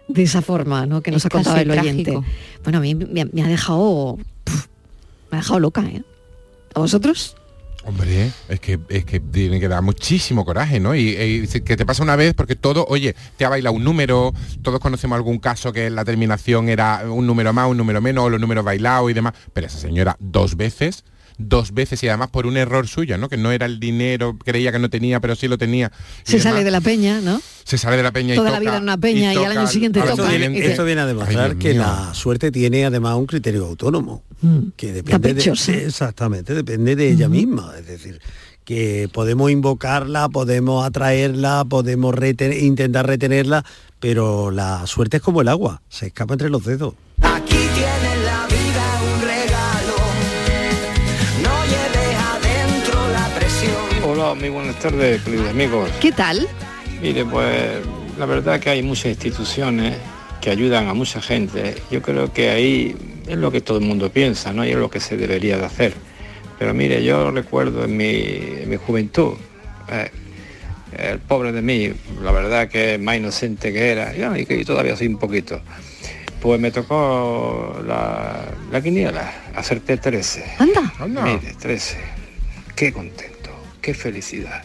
S8: De esa forma, ¿no? Que nos
S4: Es
S8: ha contado
S4: casi
S8: el oyente.
S4: trágico.
S8: Bueno, a mí me, me ha dejado. puf, me ha dejado loca, ¿eh? ¿A vosotros?
S9: Hombre, es que, es que tiene que dar muchísimo coraje, ¿no? Y, y si- que te pasa una vez porque todo, oye, te ha bailado un número, todos conocemos algún caso que la terminación era un número más, un número menos, o los números bailados y demás, pero esa señora dos veces dos veces y además por un error suyo, ¿no? Que no era el dinero, creía que no tenía, pero sí lo tenía. y
S8: Se
S9: demás.
S8: sale de la peña, ¿no?
S9: se sale de la peña
S8: Toda
S9: y
S8: la
S9: toca,
S8: vida en una peña y al
S9: toca
S8: año siguiente
S9: al
S8: toca.
S9: año
S8: Viene-
S9: siguiente.
S10: Esto viene a demostrar
S9: Eh, Ay, Dios
S10: que
S9: mío. Mm.
S10: la suerte tiene además un criterio autónomo, que depende
S8: Caprichoso.
S10: de, exactamente, depende de ella misma, es decir, que podemos invocarla, podemos atraerla, podemos reten- intentar retenerla, pero la suerte es como el agua, se escapa entre los dedos.
S39: Aquí tienes la vida un regalo. No lleves adentro la presión.
S40: Hola, muy buenas tardes, queridos amigos.
S8: ¿Qué tal?
S40: Mire, pues la verdad que hay muchas instituciones que ayudan a mucha gente. Yo creo que ahí es lo que todo el mundo piensa, ¿no? Y es lo que se debería de hacer. Pero mire, yo recuerdo en mi, en mi juventud, eh, el pobre de mí, la verdad que más inocente que era, y, ay, que todavía soy un poquito, pues me tocó la, la quiniela, acerté 13.
S8: Anda.
S40: Mire, 13. Qué contento, qué felicidad.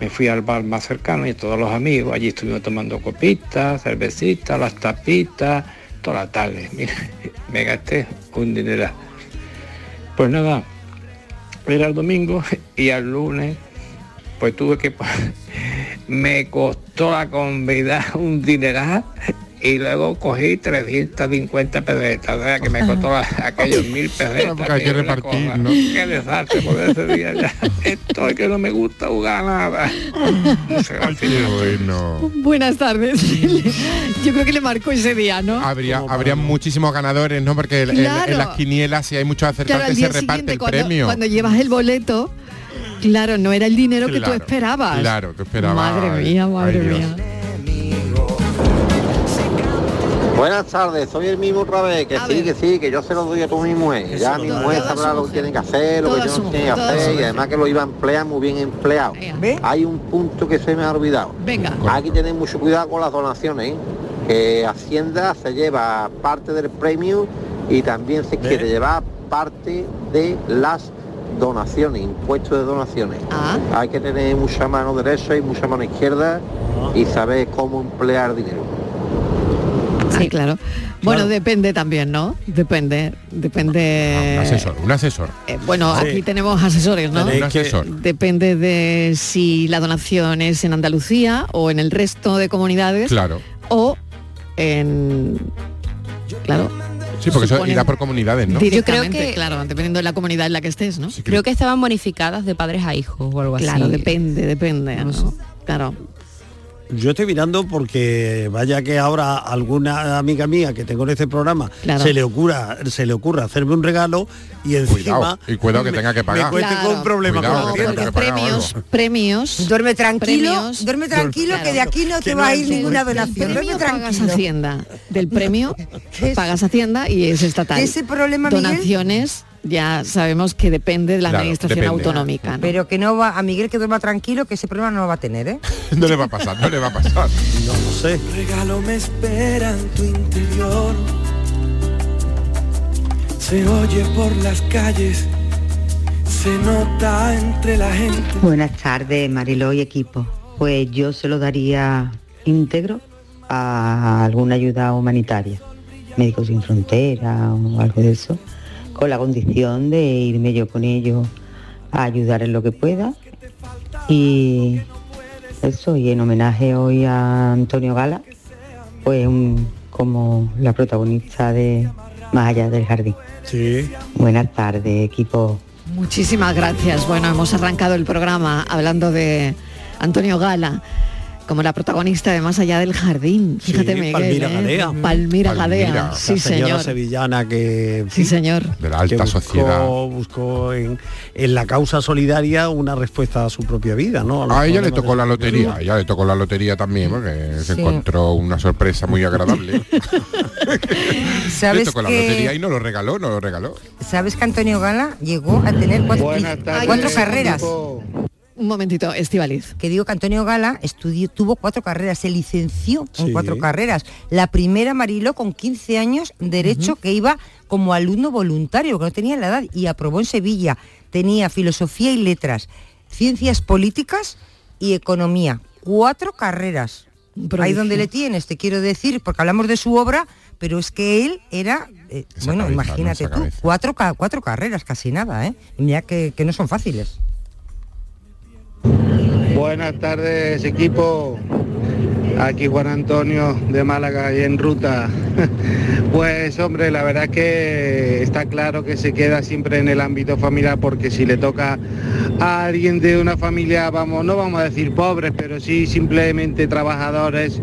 S40: Me fui al bar más cercano y todos los amigos, allí estuvimos tomando copitas, cervecitas, las tapitas, toda la tarde. Mira, me gasté un dineral. Pues nada, era el domingo y al lunes, pues tuve que... po- Me costó la convidar un dineral y luego cogí 350 pesetas, o sea que me costó la- aquellos mil pesetas.
S9: Porque hay que
S40: mira, una
S9: repartir,
S40: cosa.
S9: ¿no?
S40: Qué desastre, por ese día ya estoy que no me gusta jugar nada.
S9: Bueno.
S8: Buenas tardes. Yo creo que le marcó ese día, ¿no?
S9: Habría, habría muchísimos ganadores, ¿no? Porque el- el-
S8: Claro.
S9: en las quinielas, si hay muchos
S8: Claro, al
S9: acertantes,
S8: día
S9: se reparte
S8: siguiente
S9: el
S8: cuando,
S9: premio.
S8: cuando llevas el boleto, claro, no era el dinero que tú
S9: Claro,
S8: esperabas.
S9: Claro, que esperaba.
S8: Madre
S9: ay,
S8: mía,
S9: ay,
S8: madre
S9: Dios.
S8: mía.
S30: Buenas tardes, soy el mismo otra vez, que sí, que sí, que yo se lo doy a tu mi mujer. Ya mi mujer sabrá lo que tiene que hacer, lo que
S25: Todas
S30: yo no
S25: somos
S30: tiene que
S25: mujeres, todas
S30: hacer, y
S25: somos
S30: además que lo iba a emplear muy bien empleado. Hay un punto que se me ha olvidado.
S8: Venga.
S30: Hay que tener mucho cuidado con las donaciones, ¿eh? que Hacienda se lleva parte del premio y también se quiere llevar parte de las donaciones, impuestos de donaciones. Hay que tener mucha mano derecha y mucha mano izquierda y saber cómo emplear dinero.
S8: Sí, claro. Bueno, depende también, ¿no? Depende, depende.
S9: Un asesor, un asesor.
S8: Eh, bueno,
S9: Sí.
S8: aquí tenemos asesores, ¿no?
S9: Tenéis Un que- asesor.
S8: Depende de si la donación es en Andalucía o en el resto de comunidades.
S9: Claro.
S8: O pues, en. Claro.
S9: Sí, porque eso
S8: Suponen-
S9: irá por comunidades, ¿no?
S2: Yo creo
S8: directamente,
S2: que-
S8: claro, dependiendo de la comunidad en la que estés, ¿no?
S2: Creo que estaban bonificadas de padres a hijos o algo
S8: Claro,
S2: así.
S8: depende, depende. ¿no? Claro.
S10: Yo estoy mirando porque vaya que ahora alguna amiga mía que tengo en este programa
S8: Claro.
S10: se le ocurra se le ocurra hacerme un regalo y encima
S9: Cuidado, y cuidado que
S10: me-
S9: tenga que
S10: me
S9: pagar.
S10: cueste con
S9: Claro.
S10: problemas
S9: Cuidado,
S10: con la
S9: que tenga
S10: Hacienda.
S9: que pagar o algo.
S8: Premios.
S11: Duerme tranquilo,
S8: Premios.
S11: duerme tranquilo que de aquí no te va a ir ninguna donación.
S8: Del
S11: Duerme
S8: premio pagas
S11: tranquilo.
S8: Hacienda. Del premio pagas Hacienda y es estatal.
S11: ¿Ese problema, Miguel?
S8: Donaciones ya sabemos que depende de la administración autonómica. ¿no?
S11: Pero que no va, a Miguel que duerma tranquilo, que ese problema no lo va a tener, ¿eh?
S9: No le va a pasar, no le va a pasar.
S10: No lo sé.
S25: Regalo me espera en tu interior. Se oye por las calles, se nota entre la gente.
S41: Buenas tardes, Mariló y equipo. Pues yo se lo daría íntegro a alguna ayuda humanitaria, Médicos Sin Frontera o algo de eso, con la condición de irme yo con ellos a ayudar en lo que pueda. Y eso, y en homenaje hoy a Antonio Gala, pues un- como la protagonista de Más allá del jardín.
S10: Sí.
S41: Buenas tardes, equipo.
S8: Muchísimas gracias. Bueno, hemos arrancado el programa hablando de Antonio Gala como la protagonista de Más allá del jardín. Fíjate, Miguel.
S10: Palmira
S8: ¿eh?
S10: Gadea.
S8: Palmira Gadea.
S10: La
S8: Sí,
S10: señora
S8: señor.
S10: sevillana que
S8: sí, señor.
S9: de la alta sociedad.
S10: buscó, buscó en, en la causa solidaria una respuesta a su propia vida, ¿no? los
S9: A ella le
S10: problemas
S9: tocó
S10: de-
S9: la lotería, a ella le tocó la lotería también, porque se
S10: Sí.
S9: encontró una sorpresa muy agradable. le
S11: ¿Sabes
S9: tocó la
S11: que-
S9: lotería y no lo regaló, no lo regaló.
S11: ¿Sabes que Antonio Gala llegó a tener cuatro, cuatro carreras?
S8: Un momentito, Estivaliz.
S11: Que digo que Antonio Gala estudió, tuvo cuatro carreras, se licenció en
S2: Sí.
S11: cuatro carreras. La primera, Mariló, con 15 años, derecho, que iba como alumno voluntario, que no tenía la edad, y aprobó en Sevilla. Tenía filosofía y letras, ciencias políticas y economía. Cuatro carreras. Ahí donde le tienes, te quiero decir, porque hablamos de su obra, pero es que él era, eh,
S9: Esa
S11: bueno,
S9: cabeza, ¿no?
S11: imagínate
S9: Esa
S11: tú,
S9: cabeza.
S11: cuatro, ca- cuatro carreras, casi nada, ¿eh? Y Mira que, que no son fáciles.
S4: Buenas tardes equipo, aquí Juan Antonio de Málaga y en ruta. Pues hombre, la verdad es que está claro que se queda siempre en el ámbito familiar porque si le toca a alguien de una familia, vamos, no vamos a decir pobres, pero sí simplemente trabajadores,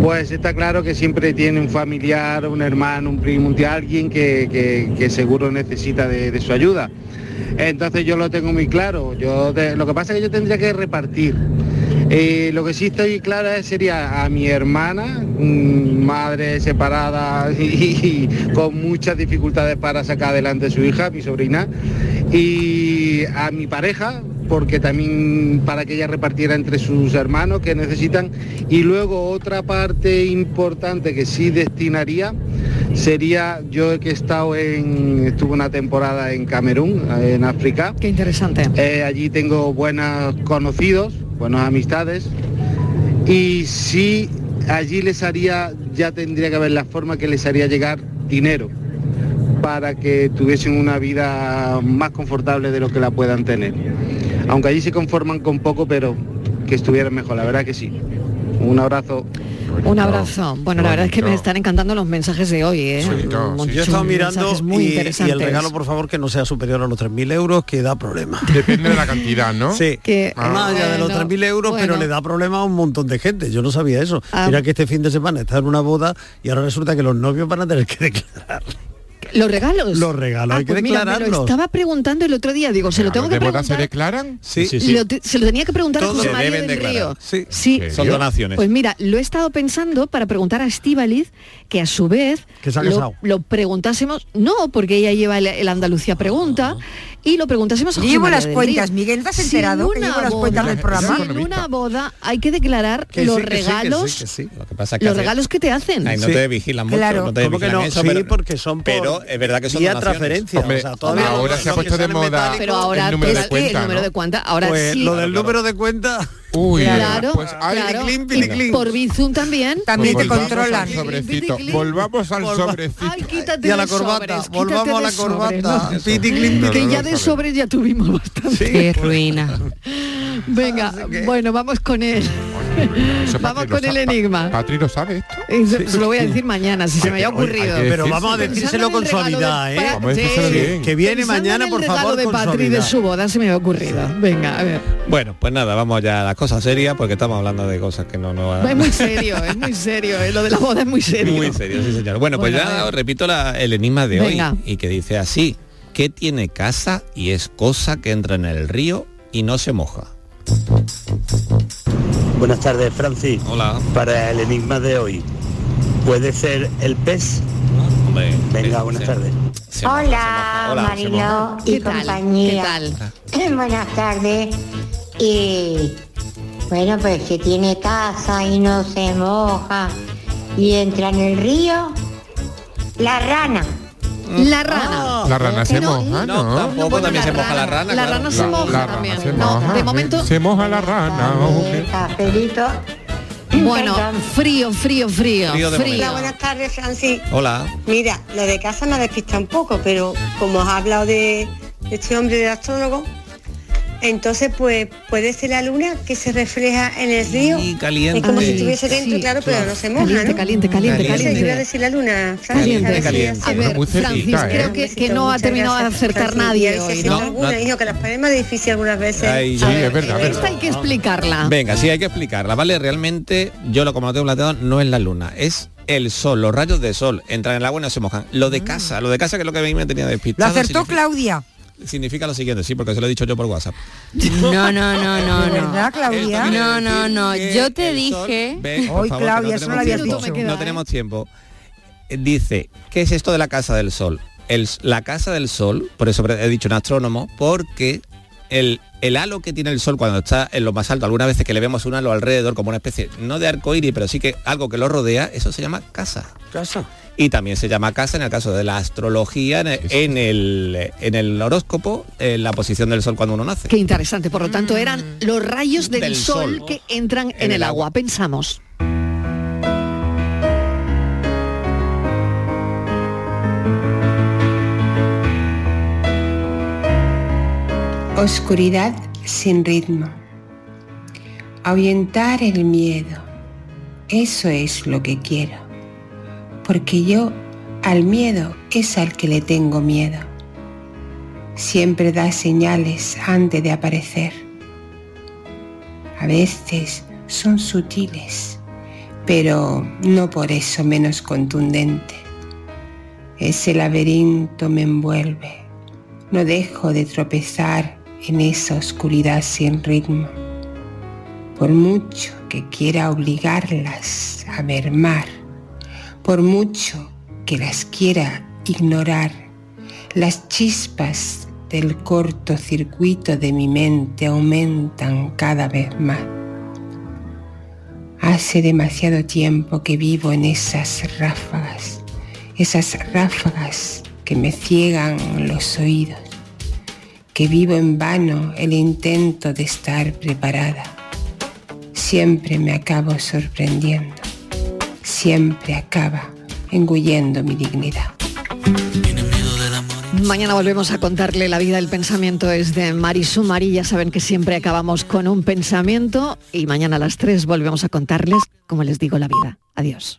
S4: pues está claro que siempre tiene un familiar, un hermano, un primo, un tío, alguien que, que- que seguro necesita de- de su ayuda. Entonces yo lo tengo muy claro. Yo de- lo que pasa es que yo tendría que repartir. Eh, lo que sí estoy clara es- sería a mi hermana, mm, madre separada y, con muchas dificultades para sacar adelante a su hija, mi sobrina, y a mi pareja, porque también para que ella repartiera entre sus hermanos que necesitan. Y luego otra parte importante que sí destinaría sería yo que he estado en, estuve una temporada en Camerún, en África. Eh,
S8: Qué interesante.
S4: allí tengo buenos conocidos, buenas amistades. Y si allí les haría, ya tendría que ver la forma que les haría llegar dinero para que tuviesen una vida más confortable de lo que la puedan tener. Aunque allí se conforman con poco, pero que estuvieran mejor, la verdad que sí. Un abrazo.
S8: Un abrazo. Bueno, la verdad es que me
S4: Bonito.
S8: están encantando los mensajes de hoy, ¿eh? Muchos
S10: Yo he estado mirando
S8: mensajes muy
S10: y- y,
S8: interesantes.
S10: el regalo, por favor, que no sea superior a los 3.000 euros, que da problemas.
S9: Depende de la cantidad, ¿no? Ah.
S10: Sí,
S8: Que-
S10: más allá de los
S8: Bueno,
S10: 3.000 euros, pero
S8: bueno.
S10: le da problemas a un montón de gente. Yo no sabía eso.
S8: Ah.
S10: Mira que este fin de semana está en una boda y ahora resulta que los novios van a tener que declarar.
S8: ¿Los regalos?
S10: Los regalos,
S8: Ah,
S10: hay que
S8: pues mira, me lo
S10: declararlos.
S8: estaba preguntando el otro día, digo, se lo tengo que preguntar.
S9: se declaran?
S10: Sí,
S8: Lo te- se lo tenía que preguntar a
S42: Todo
S8: José
S42: se
S8: María
S42: deben
S8: del
S42: declarar.
S8: Río.
S42: Sí. Son donaciones.
S8: Pues mira, lo he estado pensando para preguntar a Estíbaliz, que a su vez
S42: Que se ha
S8: lo,
S42: casado.
S8: lo preguntásemos, no, porque ella lleva el, el Andalucía
S42: Ah.
S8: Pregunta, y lo preguntásemos a José
S11: Llevo
S8: María
S11: las
S8: del
S11: cuentas,
S8: Río.
S11: Miguel, ¿te has
S8: Si
S11: enterado que
S8: una
S11: llevo las
S8: boda-
S11: cuentas del programa?
S8: si en una boda hay que declarar
S42: Que sí,
S8: los
S42: que sí, que sí, que
S8: regalos,
S42: sí. Lo que pasa es que
S8: los
S42: hace-
S8: regalos que te hacen.
S42: Ay, no te vigilan mucho,
S8: Claro.
S42: no te
S8: ¿Cómo que
S42: vigilan
S8: no?
S42: eso,
S8: Sí,
S42: pero,
S10: porque son
S42: Pero es verdad que son
S10: vía
S42: donaciones.
S10: transferencia, Hombre, o sea, todas las
S9: ahora
S10: cosas
S9: se ha
S10: que
S9: puesto de
S10: salen
S9: moda
S8: Pero ahora
S9: el número
S8: todas-
S9: de cuenta,
S8: el número
S9: ¿no?
S8: de cuenta, ahora
S10: Pues
S8: sí.
S10: lo del número de cuenta.
S9: Uy,
S8: Claro,
S9: pues ay,
S8: claro.
S9: clink,
S8: Y
S9: clink, clink.
S8: por Bizum también.
S9: Pues volvamos al sobrecito. Volvamos al sobrecito.
S8: Ay, quítate
S9: Y a la
S8: de
S9: corbata,
S8: sobres, quítate
S9: volvamos a la
S8: de sobres,
S9: corbata.
S8: ¿no?
S9: Piti, clin, piti,
S8: que
S9: clin.
S8: ya de sobres ya tuvimos bastante.
S43: Qué ruina.
S8: Venga, bueno, vamos con él.
S9: Eso
S8: Vamos
S9: Patri lo
S8: con el
S9: sa- Pa-
S8: enigma.
S9: Patri lo sabe esto.
S8: Eh, se- se lo voy a decir mañana, si se me había ocurrido.
S10: Pero vamos a decírselo con suavidad, ¿eh? Que viene
S8: Pensando
S10: mañana,
S8: en el
S10: por
S8: regalo
S10: favor,
S8: de
S10: con
S8: Patri de
S10: suavidad.
S8: su boda se me había ocurrido. Venga, a ver.
S42: Bueno, pues nada, vamos ya a las cosas serias porque estamos hablando de cosas que no no
S8: Es muy serio, es muy serio. eh, Lo de la boda es muy serio.
S42: Ah. Muy serio, sí, señor. Bueno, pues
S8: Bueno, a
S42: ya
S8: ver.
S42: os repito la- el enigma de
S8: Venga.
S42: hoy y que dice así: ¿Qué tiene casa y es cosa que entra en el río y no se moja?
S30: Buenas tardes, Francis. Hola. Para el enigma de hoy, ¿puede ser el pez? Venga, buenas tardes.
S44: Hola,
S30: Hola, se
S44: Marilo
S30: moja.
S44: y
S30: ¿Qué tal?
S44: compañía. Buenas tardes. Y bueno, pues que tiene casa y no se moja y entra en el río, la rana.
S8: La rana.
S9: Ah, La rana se moja, ¿no?
S42: tampoco también se moja la rana.
S8: La rana se moja
S9: la
S8: también.
S9: rana se
S8: No,
S9: moja.
S8: de
S9: eh.
S8: momento-
S9: Se moja la rana. ojo.
S44: Cafelito.
S8: Bueno, frío, frío, frío.
S42: Frío de
S8: frío.
S42: momento.
S44: Hola, buenas tardes, Francis.
S42: Hola.
S44: Mira, lo de casa me ha despistado un poco, pero como has hablado de, de este hombre de astrólogo, entonces pues puede ser la luna que se refleja en el río.
S42: Y caliente.
S44: Es como si
S42: Ay,
S44: estuviese dentro,
S42: sí,
S44: claro, pero
S42: claro.
S44: no se moja,
S42: Caliente,
S44: ¿no?
S42: caliente, caliente,
S44: Entonces,
S42: caliente.
S44: yo iba a decir la luna, Francis. a ver si
S42: caliente.
S44: así-
S8: A ver,
S44: ¿eh?
S8: Francis, creo que, que no ha
S44: Muchas
S8: terminado de
S44: gracias,
S8: acertar
S44: Francis. Y a
S8: nadie
S44: ver si
S8: hoy,
S44: acierta
S8: ¿no?
S44: alguna, hijo, que las palmas es difícil algunas veces.
S42: Ay, sí,
S44: A
S42: es
S44: ver,
S42: verdad, es verdad.
S8: Esta hay que explicarla.
S42: Venga, sí, hay que explicarla, ¿vale? Realmente, yo lo como lo tengo planteado, no es la luna, es el sol, los rayos de sol entran en el agua y no se mojan. Lo
S8: Ah.
S42: de casa, lo de casa que es lo que a mí me tenía
S11: Lo
S42: despistado.
S11: acertó
S42: significa,
S11: Claudia.
S42: significa lo siguiente, sí, porque se lo he dicho yo por WhatsApp.
S43: No, no, no, no, no.
S11: ¿Verdad, Claudia?
S43: No, no, no. Yo te dije.
S42: Eh, Ven, por favor, que no tenemos tiempo. No tenemos tiempo. Eh, Dice, ¿qué es esto de la casa del sol? El s- la casa del sol, por eso he dicho un astrónomo, porque el, el halo que tiene el sol cuando está en lo más alto, algunas veces que le vemos un halo alrededor, como una especie, no de arco iris, pero sí que algo que lo rodea, eso se llama casa.
S10: Casa.
S42: Y también se llama casa en el caso de la astrología, en el, en el, en el horóscopo, en la posición del sol cuando uno nace.
S8: Qué interesante, por lo tanto eran los rayos del,
S42: Del
S8: sol,
S42: sol.
S8: que entran en, el agua, pensamos.
S3: Oscuridad sin ritmo. Ahuyentar el miedo. Eso es lo que quiero. Porque yo al miedo es al que le tengo miedo. Siempre da señales antes de aparecer. A veces son sutiles, pero no por eso menos contundente. Ese laberinto me envuelve. No dejo de tropezar en esa oscuridad sin ritmo. Por mucho que quiera obligarlas a mermar, por mucho que las quiera ignorar, las chispas del cortocircuito de mi mente aumentan cada vez más. Hace demasiado tiempo que vivo en esas ráfagas, esas ráfagas que me ciegan los oídos, que vivo en vano el intento de estar preparada. Siempre me acabo sorprendiendo, siempre acaba engullendo mi dignidad.
S8: Mañana volvemos a contarle la vida. El pensamiento es de Marisu Mari. Ya saben que siempre acabamos con un pensamiento y mañana a las 3 volvemos a contarles, como les digo, la vida. Adiós.